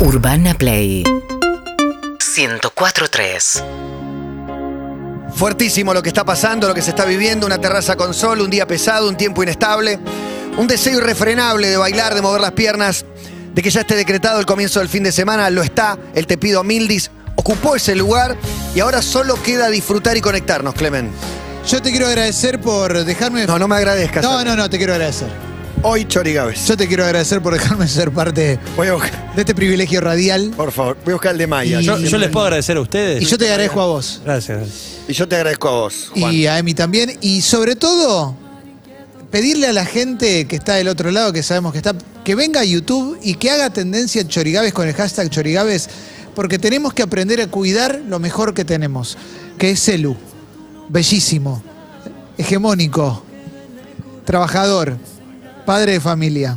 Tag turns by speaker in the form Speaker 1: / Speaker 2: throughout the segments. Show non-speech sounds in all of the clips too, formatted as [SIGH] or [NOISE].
Speaker 1: Urbana Play 104.3
Speaker 2: Fuertísimo lo que está pasando, lo que se está viviendo, una terraza con sol, un día pesado, un tiempo inestable, un deseo irrefrenable de bailar, de mover las piernas, de que ya esté decretado el comienzo del fin de semana, lo está, el Te Pido Mildis ocupó ese lugar y ahora solo queda disfrutar y conectarnos, Clemen.
Speaker 3: Yo te quiero agradecer por dejarme.
Speaker 2: No, no me agradezcas.
Speaker 3: no, no, no, te quiero agradecer.
Speaker 2: Hoy Chorigabes.
Speaker 3: Yo te quiero agradecer por dejarme [LAUGHS] ser parte
Speaker 2: Voy a buscar,
Speaker 3: de este privilegio radial.
Speaker 2: por favor, voy a buscar el de Maya.
Speaker 3: Y-
Speaker 2: Yo-
Speaker 4: Yo, yo les puedo agradecer a ustedes.
Speaker 3: Y yo te agradezco a vos.
Speaker 4: Gracias.
Speaker 2: y yo te agradezco a vos, Juan.
Speaker 3: Y a Emi también. Y sobre todo, pedirle a la gente que está del otro lado, que sabemos que está, que venga a YouTube y que haga tendencia en Chorigaves con el hashtag Chorigaves, porque tenemos que aprender a cuidar lo mejor que tenemos, que es Celu. Bellísimo, hegemónico, trabajador, padre de familia.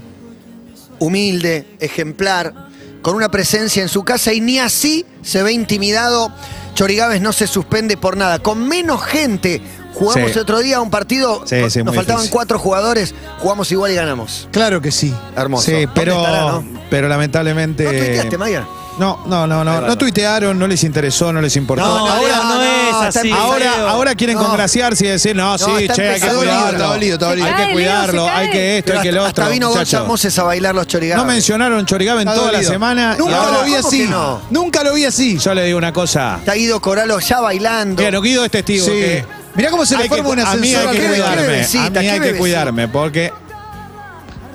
Speaker 2: humilde, ejemplar, con una presencia en su casa y ni así se ve intimidado. Chorigaves no se suspende por nada. Con menos gente jugamos
Speaker 5: Sí.
Speaker 2: otro día un partido,
Speaker 5: Sí, sí,
Speaker 2: nos
Speaker 5: muy
Speaker 2: faltaban
Speaker 5: difícil.
Speaker 2: cuatro jugadores, jugamos igual y ganamos.
Speaker 3: Claro que sí.
Speaker 2: Hermoso.
Speaker 5: Sí,
Speaker 2: ¿Dónde
Speaker 5: pero,
Speaker 2: estará, no?
Speaker 5: pero lamentablemente.
Speaker 2: ¿No tuiteaste, Maya?
Speaker 5: No, no, no, no. No tuitearon, no les interesó, no les importó.
Speaker 4: No,
Speaker 2: no,
Speaker 4: ahora
Speaker 2: no,
Speaker 4: no,
Speaker 2: no,
Speaker 4: es
Speaker 2: está
Speaker 4: así.
Speaker 2: empezando.
Speaker 5: ahora, ahora quieren
Speaker 2: No.
Speaker 5: congraciarse y decir, no, sí,
Speaker 2: está
Speaker 5: che, hay que
Speaker 2: empezando.
Speaker 5: cuidarlo.
Speaker 2: Está dolido, está
Speaker 6: dolido.
Speaker 5: Hay que
Speaker 6: Se cae,
Speaker 5: cuidarlo,
Speaker 6: Leo, se
Speaker 5: hay que
Speaker 6: cae.
Speaker 5: esto, hay que
Speaker 2: hasta,
Speaker 5: lo
Speaker 2: hasta
Speaker 5: otro.
Speaker 2: vino
Speaker 5: muchacho.
Speaker 2: Gonzalo Moses a bailar los Chorigaves.
Speaker 5: No mencionaron Chorigabe en
Speaker 3: Está
Speaker 5: toda la
Speaker 3: dolido.
Speaker 5: semana. y
Speaker 2: Nunca
Speaker 5: ahora-
Speaker 2: lo vi ¿Cómo
Speaker 3: así.
Speaker 2: que no?
Speaker 3: Nunca lo vi así.
Speaker 5: Yo le digo una cosa.
Speaker 2: Está Guido Coralo ya bailando.
Speaker 5: Bien, Guido es este testigo.
Speaker 3: Sí.
Speaker 5: que
Speaker 3: Mirá cómo se le
Speaker 5: hay que-
Speaker 3: forma un
Speaker 5: A mí
Speaker 3: ascensor
Speaker 5: hay
Speaker 3: a
Speaker 5: que
Speaker 2: qué
Speaker 3: Clemen.
Speaker 5: cuidarme.
Speaker 2: bebecita,
Speaker 5: A mí
Speaker 2: qué
Speaker 5: hay que
Speaker 2: bebecita.
Speaker 5: cuidarme porque.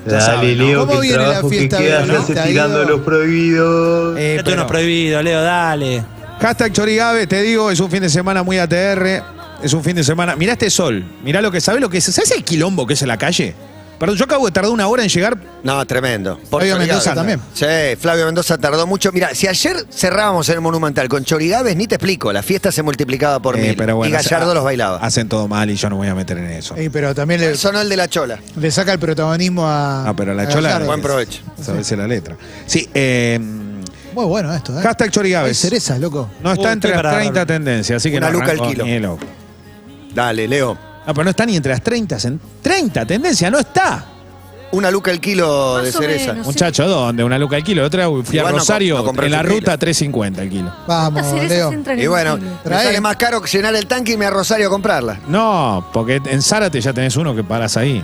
Speaker 7: Dale,
Speaker 5: sabe, ¿no?
Speaker 7: Leo,
Speaker 3: ¿Cómo
Speaker 7: que el
Speaker 3: viene la
Speaker 7: trabajo que
Speaker 3: fiesta de
Speaker 7: queda
Speaker 3: Leo,
Speaker 7: se
Speaker 3: no?
Speaker 7: hace tirando
Speaker 3: Caído.
Speaker 7: los prohibidos.
Speaker 5: Eh,
Speaker 4: Ya tú no
Speaker 5: pero-
Speaker 4: has prohibido, Leo, dale.
Speaker 5: Hashtag Chorigabe, te digo, es un fin de semana muy ATR. Es un fin de semana. Mirá este sol. Mirá lo que sabés lo que es. ¿Sabés el quilombo que es en la calle? Perdón, yo acabo de tardar una hora en llegar.
Speaker 2: No, tremendo. Por
Speaker 3: Flavio
Speaker 2: Chorigaves.
Speaker 3: Mendoza también.
Speaker 2: Sí, Flavio Mendoza tardó mucho. Mira, si ayer cerrábamos en el Monumental con Chorigaves, ni te explico, la fiesta se multiplicaba por
Speaker 5: Eh,
Speaker 2: mil.
Speaker 5: pero bueno,
Speaker 2: y Gallardo
Speaker 5: ha-
Speaker 2: los bailaba.
Speaker 5: Hacen todo mal y yo no me voy a meter en eso.
Speaker 3: Ey, pero también le,
Speaker 2: Sonó el de la Chola.
Speaker 3: le saca el protagonismo a.
Speaker 5: Ah, pero la
Speaker 3: a
Speaker 5: chola.
Speaker 3: Gallardo.
Speaker 2: Buen provecho.
Speaker 5: Sabés la letra. Sí, eh,
Speaker 3: Muy bueno
Speaker 2: Ah,
Speaker 3: esto, ¿eh?
Speaker 5: hashtag
Speaker 3: Hay
Speaker 5: Chorigabe.
Speaker 3: cerezas, loco.
Speaker 5: No
Speaker 4: Uh,
Speaker 5: está
Speaker 4: estoy
Speaker 5: entre las
Speaker 4: para
Speaker 5: 30
Speaker 4: darle.
Speaker 5: tendencias, así que
Speaker 2: Una
Speaker 5: no
Speaker 2: luca al
Speaker 5: arrancó
Speaker 2: kilo.
Speaker 5: ni de loco.
Speaker 2: Dale, Leo.
Speaker 5: No, pero no está ni entre las 30. cen- 30 tendencias, no está.
Speaker 2: Una luca el kilo
Speaker 6: Más
Speaker 2: de
Speaker 6: o
Speaker 2: cereza.
Speaker 6: menos.
Speaker 5: Muchacho, ¿dónde? Una luca al kilo. Otra fui
Speaker 2: Igual
Speaker 5: a
Speaker 2: no co- no
Speaker 5: Rosario
Speaker 2: compraste
Speaker 5: en la
Speaker 2: un kilo.
Speaker 5: ruta 3.50 el kilo.
Speaker 3: Vamos,
Speaker 6: Las cerezas
Speaker 3: Leo.
Speaker 6: entran
Speaker 2: Y
Speaker 6: en
Speaker 2: bueno,
Speaker 6: el kilo.
Speaker 2: me
Speaker 3: Trae.
Speaker 2: sale más caro que llenar el tanque y me a Rosario a comprarla.
Speaker 5: No, porque en Zárate ya tenés uno que paras ahí.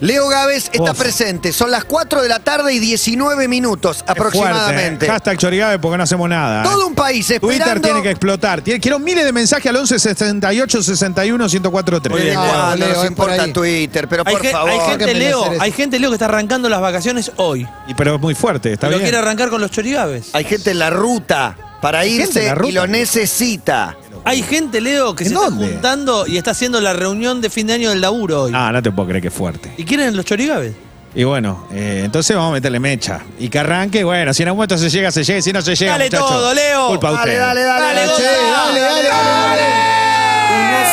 Speaker 2: Leo Gávez está
Speaker 5: Uf.
Speaker 2: presente. Son las 4 de la tarde y 19 minutos aproximadamente.
Speaker 3: eh.
Speaker 5: Fuerte. ¿eh? Hashtag Chorigabe porque no hacemos nada. ¿eh?
Speaker 2: Todo un país esperando.
Speaker 5: Twitter tiene que explotar. Tiene- quiero miles de mensajes al 11 68 61 1043.
Speaker 4: Muy bien.
Speaker 2: No,
Speaker 3: Leo,
Speaker 2: no nos
Speaker 3: Leo, es por
Speaker 2: importa
Speaker 3: ahí.
Speaker 2: Twitter, pero
Speaker 4: Hay,
Speaker 2: por
Speaker 4: gen-
Speaker 2: favor.
Speaker 4: hay gente,
Speaker 3: Sáquenme las
Speaker 4: Leo,
Speaker 3: cerezas.
Speaker 4: hay gente, Leo, que está arrancando las vacaciones hoy.
Speaker 5: Y- pero es muy fuerte, está
Speaker 4: Pero
Speaker 5: bien.
Speaker 4: quiere arrancar con los chorigabes.
Speaker 2: Hay gente en la ruta para
Speaker 5: gente en
Speaker 2: irse
Speaker 5: la ruta.
Speaker 2: y lo necesita.
Speaker 4: Hay gente, Leo, que
Speaker 5: ¿En
Speaker 4: se
Speaker 5: dónde?
Speaker 4: está juntando y está haciendo la reunión de fin de año del laburo hoy.
Speaker 5: Ah, no te puedo creer que es fuerte.
Speaker 4: ¿Y quieren los chorigabes?
Speaker 5: Y bueno, eh, entonces vamos a meterle mecha. Y que arranque, bueno, si en algún momento se llega, se llega. Si no se llega,
Speaker 4: Dale
Speaker 5: muchachos,
Speaker 4: todo, Leo.
Speaker 5: Culpa a
Speaker 2: Dale,
Speaker 5: ustedes.
Speaker 2: dale, dale.
Speaker 4: Dale,
Speaker 2: dale.
Speaker 4: Gonzalo.
Speaker 3: dale, dale, dale, dale.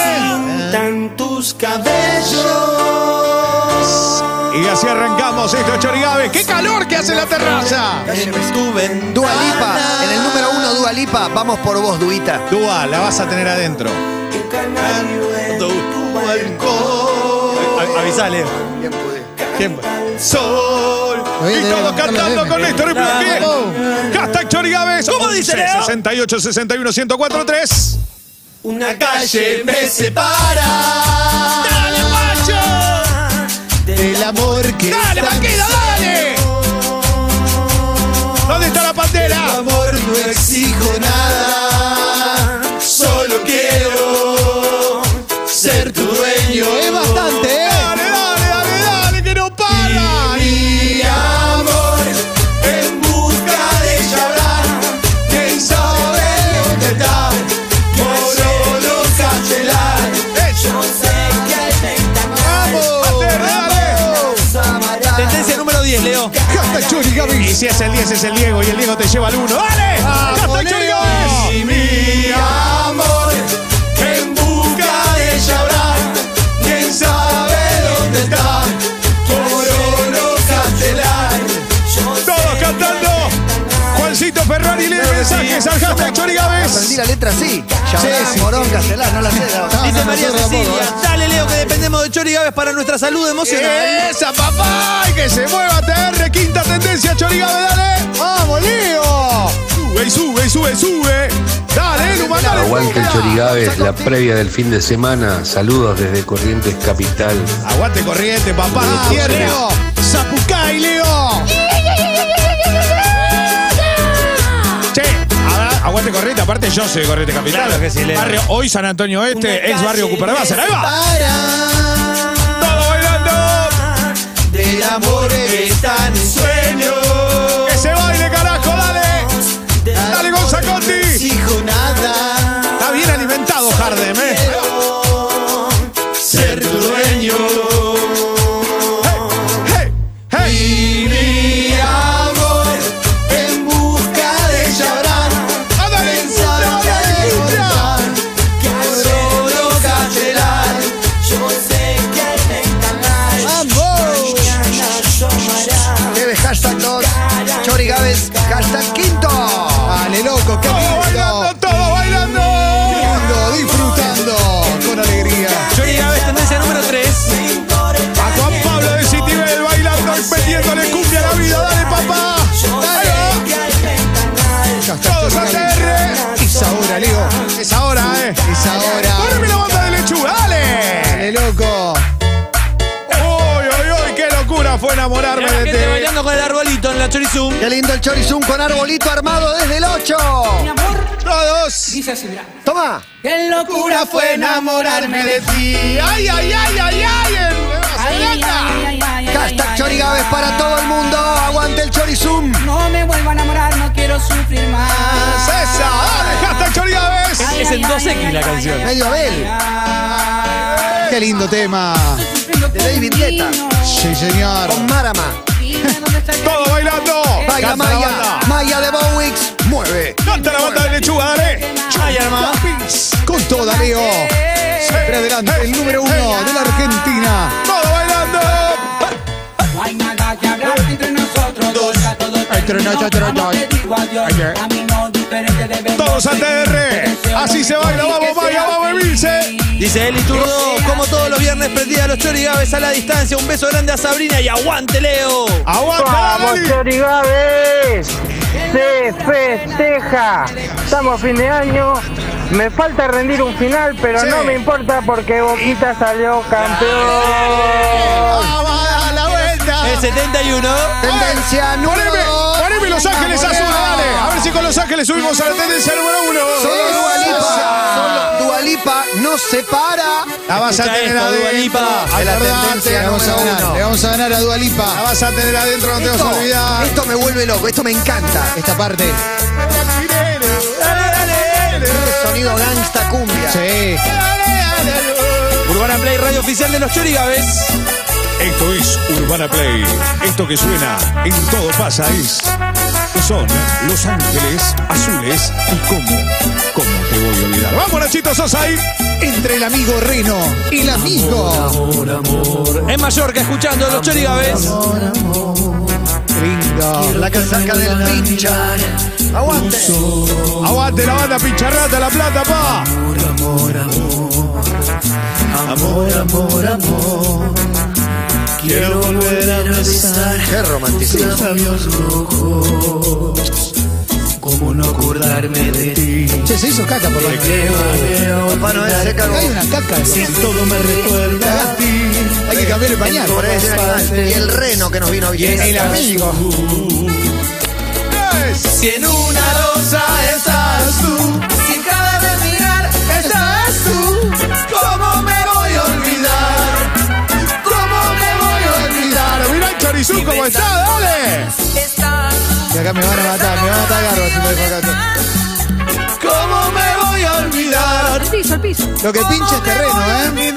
Speaker 5: Y así arrancamos esto, es Chorigabe. ¡Qué calor que hace la terraza!
Speaker 2: Dua Lipa, en el número uno Dua Lipa, vamos por vos, Duita.
Speaker 5: Dúa, la vas a tener adentro.
Speaker 4: A- Avisá, Leo.
Speaker 5: Sol.
Speaker 3: Oye,
Speaker 5: Y
Speaker 3: debe
Speaker 5: todos
Speaker 3: levantar la
Speaker 5: cantando
Speaker 3: M.
Speaker 5: con Néstor y
Speaker 4: Bravo.
Speaker 5: Piqué. Hashtag Chorigaves.
Speaker 4: ¿Cómo dice, Leo?
Speaker 5: 68 61 104 3.
Speaker 4: Una calle me
Speaker 5: ¡Dale, macho!
Speaker 3: El amor que.
Speaker 5: ¡Dale, Paquito, dale! ¿Dónde está la pantera?
Speaker 3: amor no exijo nada. Solo quiero ser tu dueño. Es bastante, ¿eh?
Speaker 5: ¡Dale, dale, dale, dale, que no para!
Speaker 3: Mi amor en busca de ella ¿Quién sabe dónde está? Por los cachelar
Speaker 5: ¡Eso! ¡Vamos! ¡Pantera, dale!
Speaker 4: Tendencia número 10, Leo.
Speaker 5: Hashtag Chorigabe. Y si es el 10, es el Diego. Y el Diego te lleva al 1. ¡Dale! ¡Hashtag Chorigabe!
Speaker 3: Y mi amor en busca de ella ¿Quién sabe dónde está? Por los cachelar
Speaker 5: Todos cantando. Juancito Ferrari lee mensajes al hashtag
Speaker 2: Sentí
Speaker 5: Chorigaves.
Speaker 2: la letra así. Llamá,
Speaker 3: Sí, sí.
Speaker 2: morón, castelar, no la sé. la-
Speaker 3: No,
Speaker 4: Dice
Speaker 3: no,
Speaker 4: María
Speaker 3: nosotros
Speaker 4: Cecilia.
Speaker 3: tampoco,
Speaker 4: Dale, Leo, que dependemos de chorigabes para nuestra salud emocional.
Speaker 5: Esa papá, Y que se mueva TR, quinta tendencia Chorigabe, dale.
Speaker 3: ¡Vamos, Leo!
Speaker 5: sube, sube.
Speaker 8: Ah,
Speaker 5: Dale, Luma, dale.
Speaker 9: Aguante el
Speaker 5: Luma.
Speaker 9: Chorigaves, la previa del fin de semana. Saludos desde Corrientes Capital.
Speaker 5: Aguante corriente, papá.
Speaker 9: Bien,
Speaker 5: Leo.
Speaker 9: Leo.
Speaker 5: Zapucay, Leo. Che, a- aguante corriente, aparte yo soy de corriente capital.
Speaker 8: Claro que sí, Leo.
Speaker 5: Barrio hoy San Antonio
Speaker 8: Una
Speaker 5: Este, ex barrio
Speaker 8: calle
Speaker 5: Cuperabácer. Ahí va.
Speaker 8: Para
Speaker 5: Todo bailando.
Speaker 8: del amor que está en sueño.
Speaker 5: Que se baile, carajo, dale. Dale, Gonza Conti.
Speaker 8: exijo nada.
Speaker 5: Está bien alimentado, Hardem, eh.
Speaker 8: Ser tu dueño.
Speaker 5: Hey, hey.
Speaker 8: Mi amor en busca de Chabrán.
Speaker 5: Ándale.
Speaker 8: Pensaba que encontrar que solo cancelar. Yo sé que me encantará.
Speaker 2: Debe hashtag 2, Chori Gávez, hashtag quinto.
Speaker 3: Dale, loco, qué
Speaker 5: Todo
Speaker 3: lindo.
Speaker 5: bailando, todo bailando.
Speaker 3: Lindo, disfrutando con alegría.
Speaker 8: Johnny Gávez, tendencia número 3.
Speaker 5: A Juan Pablo de Citibel bailando y metiéndole cumbia a la vida. Dale, papá. Dale. Todos a TR.
Speaker 3: Es ahora, Leo.
Speaker 5: Es ahora, eh.
Speaker 3: Es ahora.
Speaker 5: Poneme la banda de lechuga, dale.
Speaker 3: Dale, Eh, loco.
Speaker 5: Uy, uy, uy, qué locura fue enamorarme
Speaker 8: La
Speaker 5: de
Speaker 8: gente
Speaker 5: ti.
Speaker 8: bailando con el arbolito en la Chorizum.
Speaker 2: Qué lindo el Chorizum con arbolito armado desde el 8.
Speaker 5: Todos.
Speaker 2: Toma.
Speaker 10: Qué locura fue enamorarme de
Speaker 5: ti. Ay, ay, ay, ay, ay. en Nueva Zelanda.
Speaker 2: Hashtag Chori Gávez para todo el mundo. Aguante el Chorizum.
Speaker 10: No me vuelvo a enamorar, no quiero sufrir más.
Speaker 5: César,
Speaker 10: ah,
Speaker 5: dale, hashtag Chorigaves.
Speaker 10: Ay,
Speaker 8: Es en
Speaker 10: ay,
Speaker 8: 2X la
Speaker 10: ay,
Speaker 8: canción.
Speaker 10: ay, ay,
Speaker 2: Medio Abel.
Speaker 3: Qué lindo tema.
Speaker 2: De David Guetta.
Speaker 3: Sí, señor.
Speaker 2: Con Marama.
Speaker 5: Todos bailando.
Speaker 2: Baila
Speaker 5: Canta la
Speaker 2: Maya.
Speaker 5: banda.
Speaker 2: Maya de Bowix. Mueve.
Speaker 5: Canta la banda de lechuga, dale.
Speaker 8: Ay, hermano.
Speaker 3: Con toda, Leo. Siempre adelante, el número uno de la Argentina.
Speaker 5: Todos bailando.
Speaker 10: No hay nada que hablar entre nosotros dos. Ya todo
Speaker 3: Entre
Speaker 10: terminó,
Speaker 3: nosotros
Speaker 10: vamos,
Speaker 3: dos.
Speaker 10: te digo adiós.
Speaker 3: Ayer.
Speaker 10: Camino diferente debemos
Speaker 5: Todos a
Speaker 10: seguir.
Speaker 5: TR. Así se baila. Vamos, Maya, vamos, Emilce.
Speaker 8: Dice Eli Turdo, como todos los viernes prendida a los Chori Gávez a la distancia. Un beso grande a Sabrina y aguante, Leo.
Speaker 5: Aguanta, Lali.
Speaker 11: Chorigaves! ¡Se festeja! Estamos a fin de año. Me falta rendir un final, pero
Speaker 5: Sí.
Speaker 11: no me importa porque Boquita salió campeón.
Speaker 5: Vamos a la vuelta.
Speaker 8: El 71.
Speaker 2: Tendencia número
Speaker 5: Poneme,
Speaker 2: dos.
Speaker 5: poneme Los Ángeles Azul, dale. A ver si con Los Ángeles subimos a la tendencia número uno.
Speaker 2: Solo Dualipa. Solo Dualipa no se para.
Speaker 5: La vas a
Speaker 8: Escucha
Speaker 5: tener
Speaker 8: esto, Dua
Speaker 5: adentro.
Speaker 8: Lipa.
Speaker 2: Es la
Speaker 5: Acordate,
Speaker 2: tendencia
Speaker 5: le vamos a
Speaker 2: número
Speaker 5: ganar.
Speaker 2: uno.
Speaker 3: Le vamos a ganar a
Speaker 5: La
Speaker 3: Dualipa.
Speaker 5: vas a tener adentro, no te vas a olvidar.
Speaker 2: esto me vuelve loco. Esto me encanta.
Speaker 3: Esta parte.
Speaker 2: Sonido gangsta cumbia.
Speaker 3: Sí.
Speaker 8: Urbana Play, radio oficial de los Chori Gávez.
Speaker 5: Esto es Urbana Play. Esto que suena en todo pasa es. Son Los Ángeles Azules y cómo, cómo te voy a olvidar. Vamos, Nachito Sosa ahí.
Speaker 3: Entre el amigo Reno y el amigo.
Speaker 8: En Mallorca, escuchando a los Chori Gávez.
Speaker 3: Lindo.
Speaker 2: La casaca del pincha. Aguante.
Speaker 5: Aguante la banda pincharrata, la plata, pa.
Speaker 2: Qué romanticismo.
Speaker 3: Che, se hizo caca por la
Speaker 2: Papá Noel se cagó.
Speaker 3: Acá hay una caca. todo me recuerda Hay que cambiar el pañal.
Speaker 2: Por ahí decía animal. Y el reno que nos vino a visitar.
Speaker 3: El amigo.
Speaker 8: Si en una rosa estás tú, si en cada respirar estás tú, ¿cómo me voy a olvidar? ¿Cómo me voy a olvidar?
Speaker 5: Mirá el chorizú cómo está, dale.
Speaker 3: Y acá me van a matar, me van a matar Garro, si me dejo acá.
Speaker 8: ¿Cómo me voy a olvidar?
Speaker 3: Lo que pinche es terreno, ¿eh?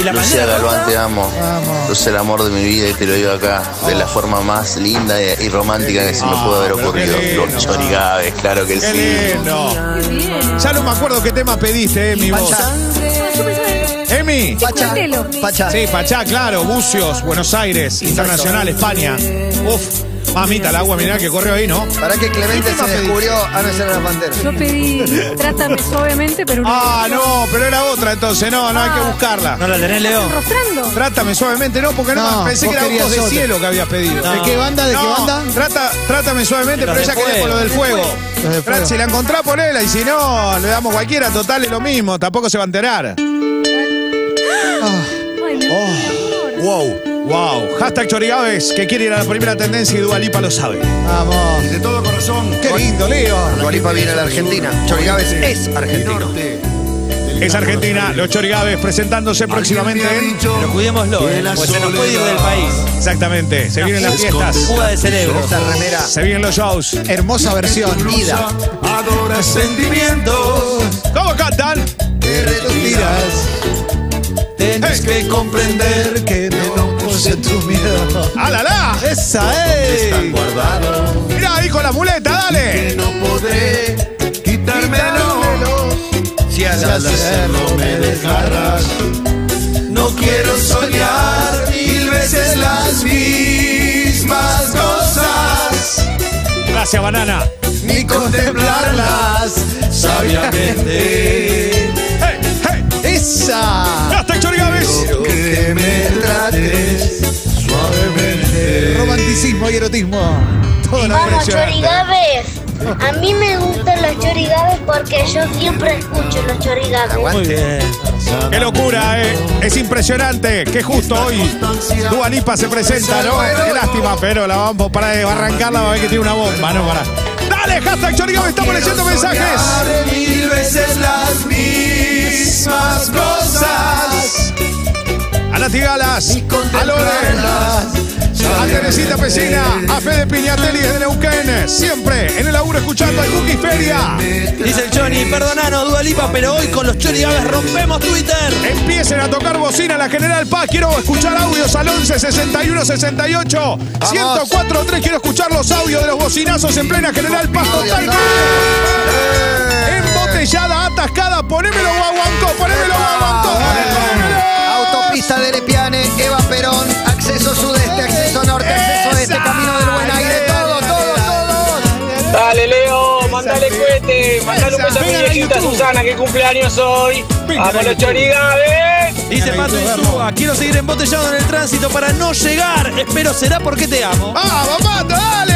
Speaker 8: Y la
Speaker 12: Lucía
Speaker 8: manera,
Speaker 12: Galván, te amo.
Speaker 3: Vamos.
Speaker 12: Sos el amor de mi vida y te lo digo acá, de la forma más linda y y romántica que se me pudo haber
Speaker 5: pero qué
Speaker 12: ocurrido.
Speaker 5: lindo.
Speaker 12: Los chorigaves, claro que
Speaker 5: Qué
Speaker 12: sí.
Speaker 5: lindo. Ya no me acuerdo qué tema pediste, Emi, vos.
Speaker 2: Pacha,
Speaker 5: Emi.
Speaker 2: Pacha, Pacha.
Speaker 5: Sí, Pachá, claro, Bucios, Buenos Aires, Internacional, España. Uf, Mamita, el agua, mirá que corrió ahí, ¿no?
Speaker 2: ¿Para que Clemente
Speaker 3: ¿Qué
Speaker 2: se
Speaker 3: tema
Speaker 2: descubrió a no ser la pantera?
Speaker 10: Yo pedí trátame suavemente, pero
Speaker 5: Ah, no, pero era otra entonces, no, no hay
Speaker 3: Ah.
Speaker 5: que buscarla.
Speaker 8: ¿No la tenés, Leo?
Speaker 10: Rostrando.
Speaker 5: Trátame suavemente, no, porque no,
Speaker 3: No,
Speaker 5: pensé
Speaker 3: vos
Speaker 5: que era
Speaker 3: querías
Speaker 5: ojos de
Speaker 3: otra.
Speaker 5: cielo que habías pedido.
Speaker 3: ¿De qué banda? ¿De qué
Speaker 5: No,
Speaker 3: banda?
Speaker 5: Trata, trátame suavemente,
Speaker 8: Los
Speaker 5: pero
Speaker 8: de
Speaker 5: ella
Speaker 8: fuego.
Speaker 5: quería con lo del fuego.
Speaker 3: Los de
Speaker 5: Trat-
Speaker 3: fuego.
Speaker 5: Si la encontrá, ponela y si no, le damos cualquiera, total es lo mismo, tampoco se va a enterar.
Speaker 3: Ah,
Speaker 10: Ay, me muero.
Speaker 2: Wow.
Speaker 5: Wow, hashtag Chorigaves, que quiere ir a la primera tendencia y Dualipa lo sabe.
Speaker 3: vamos.
Speaker 4: De todo corazón.
Speaker 3: Qué lindo, Leo.
Speaker 2: Dualipa viene a la Argentina. Chorigaves es argentino.
Speaker 5: Es Argentina, los Chorigaves presentándose próximamente en...
Speaker 8: Pero cuidémoslo, ¿eh? Pues se nos puede ir del país.
Speaker 5: Exactamente, se vienen las fiestas,
Speaker 8: Fuga de cerebro.
Speaker 2: Esa remera
Speaker 5: se vienen los shows.
Speaker 3: Hermosa versión.
Speaker 2: ida.
Speaker 4: Adora sentimientos.
Speaker 5: ¿Cómo cantan?
Speaker 8: Tenés que comprender que no puse tu miedo.
Speaker 5: ¡Alala!
Speaker 3: Esa es.
Speaker 4: Guardado.
Speaker 5: Mirá ahí con la muleta, dale.
Speaker 4: No podré quitármelo. Si al hacerlo me dejarás. No quiero soñar mil veces las mismas cosas.
Speaker 5: Gracias, banana.
Speaker 4: Ni contemplarlas sabiamente.
Speaker 5: ¡Hey, hey!
Speaker 3: Esa.
Speaker 5: ¡Hashtag Chorigaves!
Speaker 4: Que me trates suavemente.
Speaker 3: Romanticismo y erotismo. Todo lo
Speaker 12: Vamos,
Speaker 3: impresionante.
Speaker 12: chorigabes. A mí me gustan los chorigabes porque yo siempre escucho los chorigabes.
Speaker 8: Muy bien.
Speaker 5: ¡Qué locura, eh! Es impresionante que justo hoy Dua Lipa se presenta, ¿no? Qué lástima, pero la vamos para arrancarla va a ver que tiene una bomba, ¿no? Para. ¡Dale, hashtag Chorigaves! ¡Estamos leyendo mensajes!
Speaker 4: Soñar mil veces las mismas cosas.
Speaker 5: A Nati Galas, a Lore, a Teresita Pesina, a Fede Piñatelli desde Neuquén, siempre en el laburo escuchando a Cookie Feria.
Speaker 8: Dice el Johnny, perdonanos, Dualipa, pero hoy con los Chorigaves rompemos Twitter.
Speaker 5: Empiecen a tocar bocina la General Paz. Quiero escuchar audios al 11 61 68 104 3. Quiero escuchar los audios de los bocinazos en plena General Paz. Total. Embotellada, atascada. Ponémelo guaguancó, ponémelo guaguancó. ponémelo.
Speaker 2: Autopista de Lepiane, Eva Perón, acceso sudeste, acceso norte, acceso este, camino del buen aire, todo, todo, todo.
Speaker 13: Dale, Leo, mandale cohete, mandale un beso a mi viejita Susana que cumpleaños hoy. ¡Vamos los chorigabes!
Speaker 8: Dice Pato Insúa, quiero seguir embotellado en el tránsito para no llegar. Espero será porque te amo.
Speaker 5: ¡Vamos, Pato, Ah, dale!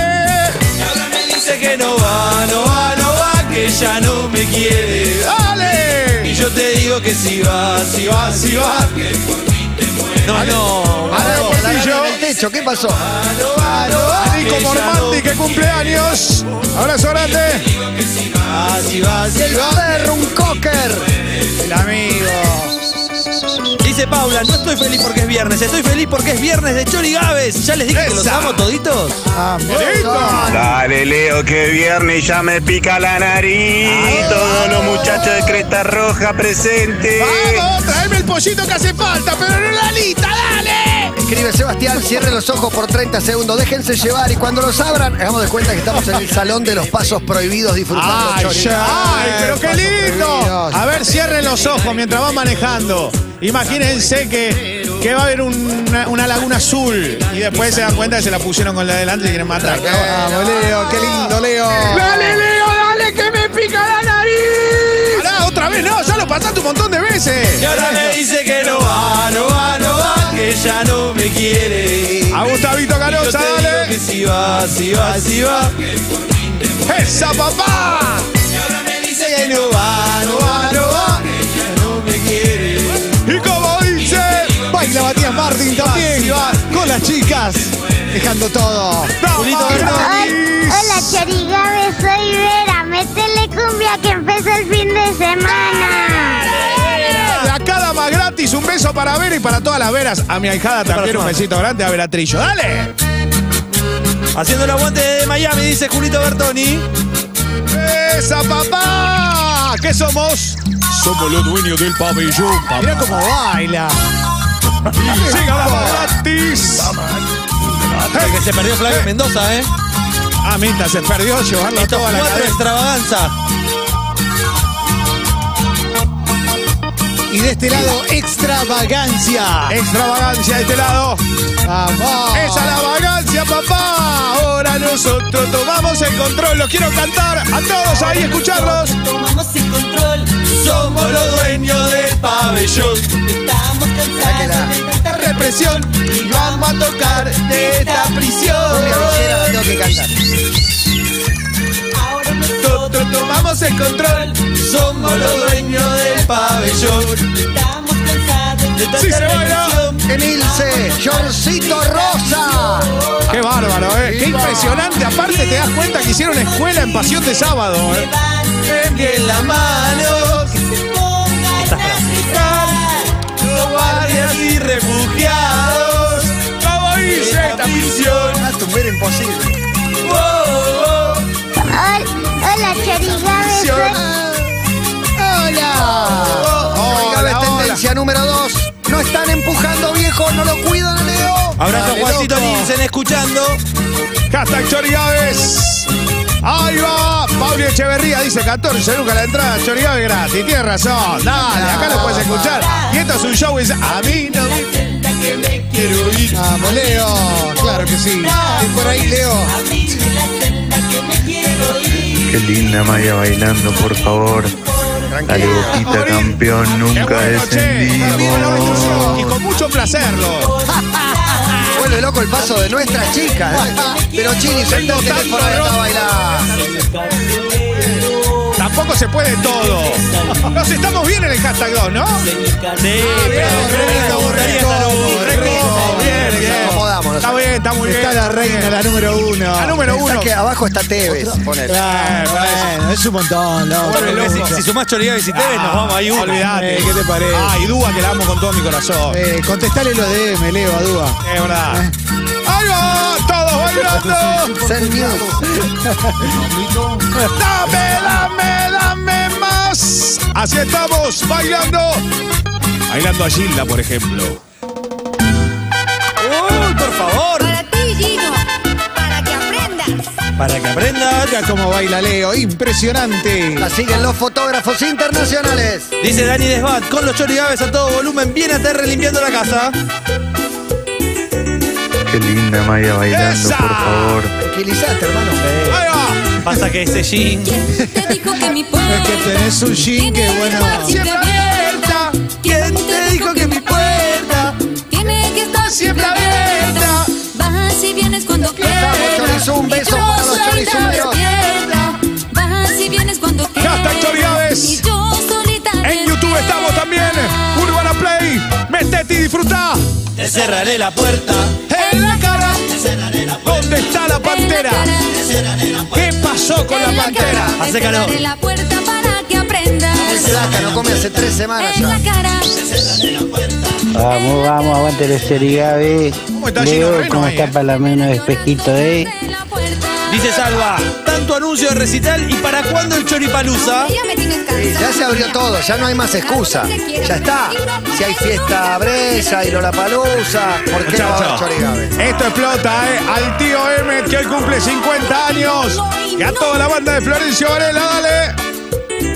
Speaker 8: Me dice que no va, no va, no va, que ya no me quiere.
Speaker 5: ¡Dale!
Speaker 8: Y yo te digo que si va, si va, si va, que por mí te muero. No, no,
Speaker 2: Ahora
Speaker 5: Algo
Speaker 2: la
Speaker 5: pillo.
Speaker 2: ganaron en el techo, ¿qué pasó?
Speaker 8: no va, no va.
Speaker 5: Nico
Speaker 8: que ya
Speaker 5: Mormanti,
Speaker 8: no
Speaker 5: que cumpleaños. Abrazo grande.
Speaker 8: va, si va, si
Speaker 2: El
Speaker 8: va.
Speaker 2: perro, un cocker.
Speaker 5: El amigo.
Speaker 8: Dice Paula, no estoy feliz porque es viernes, estoy feliz porque es viernes de Chori Gaves. Ya les dije que los
Speaker 5: Esa.
Speaker 8: amo toditos.
Speaker 5: ¡Listo!
Speaker 7: Dale, Leo, que viernes ya me pica la nariz.
Speaker 9: Ah.
Speaker 7: Todos los muchachos de Cresta Roja presentes.
Speaker 5: ¡Vamos! ¡Traeme el pollito que hace falta! ¡Pero no la lista! ¡Dale!
Speaker 2: Escribe Sebastián, cierren los ojos por 30 segundos, déjense llevar y cuando los abran, hagamos de cuenta que estamos en el salón de los pasos prohibidos disfrutando
Speaker 5: ¡Ay,
Speaker 2: chorizo.
Speaker 5: ya. Ay, pero qué
Speaker 3: Paso
Speaker 5: lindo!
Speaker 3: prohibido.
Speaker 5: A ver, cierren los ojos mientras van manejando. Imagínense que, que va a haber una, una laguna azul y después se dan cuenta que se la pusieron con la de delante y quieren matar.
Speaker 3: Vamos, Leo, qué lindo, Leo.
Speaker 5: ¡Pará, otra vez! ¡No! ¡Ya lo pasaste un montón de veces!
Speaker 8: Y ahora me dice que no va, no va, no va, que ya no me quiere.
Speaker 5: A Gustavito
Speaker 8: Yo
Speaker 5: Carosa,
Speaker 8: te digo que
Speaker 5: dale.
Speaker 8: si va, si va, si va.
Speaker 5: ¡Esa papá!
Speaker 8: Me dice que no va, Ah, no va, no va, que ya no me quiere.
Speaker 5: Y como dice,
Speaker 3: Baila Matías Martín también. Con las chicas. Dejando todo.
Speaker 5: Tamaris.
Speaker 12: Hola, chorigabes, soy Vera. Métele cumbia que empezó el fin de semana.
Speaker 5: De acá da más gratis, un beso para Vera y para todas las veras. A mi ahijada también un besito grande a Veratrillo. ¡Dale!
Speaker 8: Haciendo el aguante de Miami, dice Julito Bertoni.
Speaker 5: ¡Esa papá! ¿Qué somos? Somos los dueños del pabellón, papá. Mirá cómo baila. Siga la gratis.
Speaker 8: El que se perdió Flavio Mendoza, ¿eh?
Speaker 5: Ah, Minta, se perdió llevarlo
Speaker 8: Estos
Speaker 5: todo a la
Speaker 8: cuatro
Speaker 5: cabeza.
Speaker 8: extravaganza.
Speaker 3: Y de este lado, extravagancia.
Speaker 5: Extravagancia de este lado.
Speaker 3: Vamos.
Speaker 5: Esa es la vagancia, papá. Ahora nosotros tomamos el control. Los quiero cantar a todos ahí, escucharlos.
Speaker 6: Tomamos el control,
Speaker 5: Somos los dueños del pabellón.
Speaker 6: estamos cansados de tanta
Speaker 5: Represión y vamos a tocar de esta prisión.
Speaker 2: Cumbia villera, la tengo que cantar.
Speaker 6: Ahora
Speaker 5: Nosotros tomamos el control. Somos los dueños del pabellón.
Speaker 6: estamos cansados de tanta
Speaker 5: Sí, se baila.
Speaker 6: represión.
Speaker 2: Emilce, Johncito Rosa.
Speaker 5: Qué bárbaro, eh. Qué
Speaker 2: Viva.
Speaker 5: impresionante. Aparte te das cuenta que hicieron escuela en Pasión de Sábado,
Speaker 6: Te
Speaker 5: eh.
Speaker 6: van
Speaker 5: Bien la mano.
Speaker 6: que se pongan a gritar.
Speaker 5: Los guardias y refugiados. ¿Cómo dice esta prisión?
Speaker 2: Una tumbera imposible.
Speaker 12: Hol- Hola, Chorigabe.
Speaker 2: Hola.
Speaker 5: Hola, hola.
Speaker 2: tendencia número 2. No están empujando, viejo. No lo cuido, no leo.
Speaker 8: Abrazo
Speaker 5: Dale,
Speaker 8: Juancito
Speaker 5: loco.
Speaker 8: Nielsen escuchando.
Speaker 5: Hashtag Chori Gávez. Ahí va. Pablo Echeverría dice 14 lucas la entrada. Chori Gávez gratis. Tienes razón. Dale, acá lo puedes escuchar. Y esto es un show. Es a mí no me
Speaker 6: Celda que me quiero ir.
Speaker 3: Vamos, Leo. Claro que sí. Y por ahí, Leo.
Speaker 6: Abrime la celda que me quiero ir.
Speaker 7: Qué linda Maya bailando, por favor. Dale, Boquita, campeón,
Speaker 5: Qué
Speaker 7: nunca
Speaker 5: bueno, che. Amigo, lo ves tuyo. Y
Speaker 7: descendimos.
Speaker 5: con mucho placer, lo.
Speaker 2: Vuelve loco el paso de nuestras chicas. ¿eh? [LAUGHS] Pero Chini, suelta el
Speaker 5: Tengo
Speaker 2: teléfono
Speaker 5: tanto
Speaker 2: que está
Speaker 5: rock.
Speaker 2: a bailar.
Speaker 5: Tampoco se puede todo. Nos estamos bien en el hashtag 2, ¿no? Ah,
Speaker 8: Sí, pero
Speaker 5: rico,
Speaker 8: me gustaría
Speaker 5: rico,
Speaker 8: estar un-
Speaker 5: rico, bien, bien.
Speaker 2: Nos acomodamos,
Speaker 5: Está
Speaker 2: nosotros.
Speaker 5: bien, está muy bien.
Speaker 3: Está la reina, la Ah, número uno.
Speaker 5: La número uno.
Speaker 2: Pensá que abajo está Tevez. ponele.
Speaker 3: Claro,
Speaker 5: eh,
Speaker 3: bueno, es un montón, loco.
Speaker 8: Pero si, si sumás Chorigaves y Tevez, nos vamos ahí uno.
Speaker 5: Olvídate.
Speaker 3: Eh, ¿qué te parece?
Speaker 5: Ay, Ah, Dúa, que la amo con todo mi corazón. Eh,
Speaker 3: Eh, contestale los DM, Leo, a Dúa.
Speaker 5: Es verdad. ¡Ahí va! ¡Todos bailando!
Speaker 2: Zen News.
Speaker 5: [LAUGHS] ¡Dame, dame, dame más! Así estamos, bailando. Bailando a Gilda, por ejemplo.
Speaker 8: Uy, por favor.
Speaker 10: Para ti, Gino. Para que aprendas.
Speaker 8: Para que aprendas.
Speaker 3: Mira cómo baila Leo, impresionante.
Speaker 2: La siguen los fotógrafos internacionales.
Speaker 8: Dice Dani Desbat, con los Chorigaves a todo volumen, bien aterre limpiando la casa.
Speaker 7: Qué linda Maya bailando,
Speaker 5: ¡Esa!
Speaker 7: por favor.
Speaker 2: Tranquilizate, hermano.
Speaker 5: ¡Ahí va!
Speaker 8: Pasa que ese jean.
Speaker 10: Te dijo que mi
Speaker 3: Es que tenés un jean que bueno.
Speaker 10: Siempre abierta. ¿Quién te dijo que mi puerta tiene que estar siempre abierta? Vas y vienes cuando quieras.
Speaker 2: Chorizú, un beso para los chorizumeros.
Speaker 10: despierta. Vas y vienes cuando quieras.
Speaker 5: Hashtag Chorigaves.
Speaker 10: Y yo solita.
Speaker 5: En YouTube estamos también. Urbana Play. Metete y disfruta.
Speaker 8: Te cerraré la puerta.
Speaker 5: En la cara. ¿Dónde está la pantera? ¿Qué pasó con la pantera?
Speaker 8: Hace calor.
Speaker 10: Te cerraré la puerta para que aprendas.
Speaker 2: Saca, no come hace tres semanas
Speaker 10: En la
Speaker 2: ya.
Speaker 10: cara.
Speaker 9: Vamos, vamos, aguante el Serigabe.
Speaker 5: ¿Cómo está Gino
Speaker 9: Leo,
Speaker 5: Reno
Speaker 9: ¿cómo
Speaker 5: ahí,
Speaker 9: está
Speaker 5: eh?
Speaker 9: Palomino de Espejito, eh?
Speaker 8: Dice Salva, tanto anuncio de recital y para cuándo el choripalusa.
Speaker 2: Sí, ya se abrió todo, ya no hay más excusa. Ya está. Si hay fiesta bresa y Lollapalooza, ¿por qué no va a haber chorigabe?
Speaker 5: Esto explota, ¿eh? Al tío Emmet, que hoy cumple 50 años. Y a toda la banda de Florencio Varela, dale.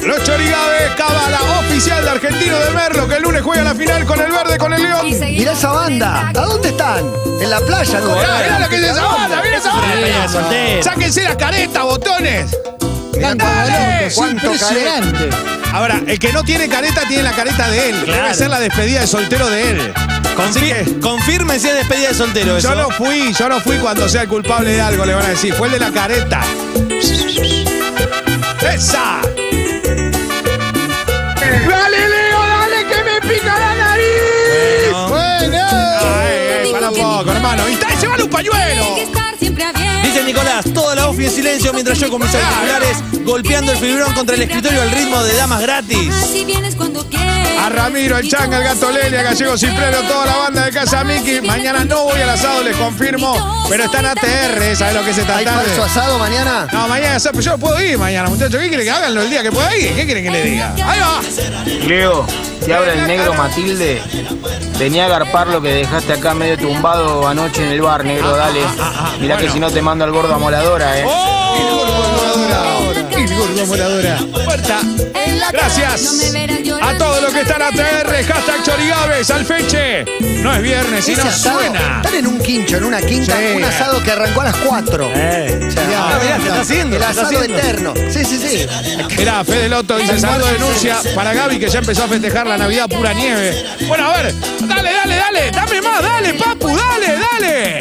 Speaker 5: Los Chorigabe, cábala oficial de Argentino de Merlo, que el lunes juega la final con el verde, con el León.
Speaker 2: Mirá esa banda. ¿A dónde están? ¿En la playa? ¿no?
Speaker 5: Mirá, mirá lo que es esa banda, mirá esa
Speaker 8: Despedida de
Speaker 5: banda.
Speaker 8: soltero.
Speaker 5: Sáquense las caretas, botones.
Speaker 3: Tanto
Speaker 5: Dale.
Speaker 3: balón, es impresionante.
Speaker 5: Ahora, el que no tiene careta, tiene la careta de él. Debe
Speaker 8: Claro.
Speaker 5: ser la despedida de soltero de él. Así que-
Speaker 8: Confirme confirmen si es despedida de soltero eso.
Speaker 5: Yo no fui, yo no fui cuando sea el culpable de algo, le van a decir. Fue el de la careta. ¡Esa!
Speaker 4: Dale, Leo, dale, que me pica la nariz.
Speaker 8: Bueno.
Speaker 5: Ay, ay, para un poco, hermano. Y está, llévale un pañuelo.
Speaker 10: Tiene que estar siempre abierta.
Speaker 8: Dice Nicolás, toda la ofi en silencio mientras yo con mis auriculares golpeando el fibrón contra el escritorio al ritmo de damas gratis.
Speaker 10: Así vienes cuando quieras.
Speaker 5: A Ramiro, el Changa, el Gato Lele, a Gallego Cifrero, toda la banda de Casa Miki. Mañana no voy al asado, les confirmo. Pero están ATR, ¿sabes lo que es esta
Speaker 2: ¿Hay falso
Speaker 5: tarde?
Speaker 2: asado mañana?
Speaker 5: No, mañana, ¿sabes? Pues yo puedo ir mañana, muchachos. ¿Qué quieren que hagan el día que pueda ir? ¿Qué quieren que le diga? Ahí va.
Speaker 9: Leo, te habla el negro Matilde. Venía a agarpar lo que dejaste acá medio tumbado anoche en el bar,
Speaker 4: Ah,
Speaker 9: negro, dale. Mirá que si no te mando al gordo a moladora, eh.
Speaker 5: ¡Oh!
Speaker 3: Ahora, el gordo como era dura.
Speaker 5: Puerta. Gracias a todos los que están ATR, hashtag Chorigaves, al feche. No es viernes,
Speaker 2: Ese
Speaker 5: sino
Speaker 2: asado,
Speaker 5: suena.
Speaker 2: Están en un quincho, en una quinta,
Speaker 5: Sí.
Speaker 2: un asado que arrancó a las 4.
Speaker 8: Ah, mirá, se está haciendo,
Speaker 2: El
Speaker 8: se está
Speaker 2: asado
Speaker 8: haciendo.
Speaker 2: eterno. Sí, sí, sí.
Speaker 5: Mirá, Fede Loto dice, saludo denuncia para Gaby que ya empezó a festejar la Navidad pura nieve. Bueno, a ver, dale, dale, dale, dame más, dale, papu, dale, dale.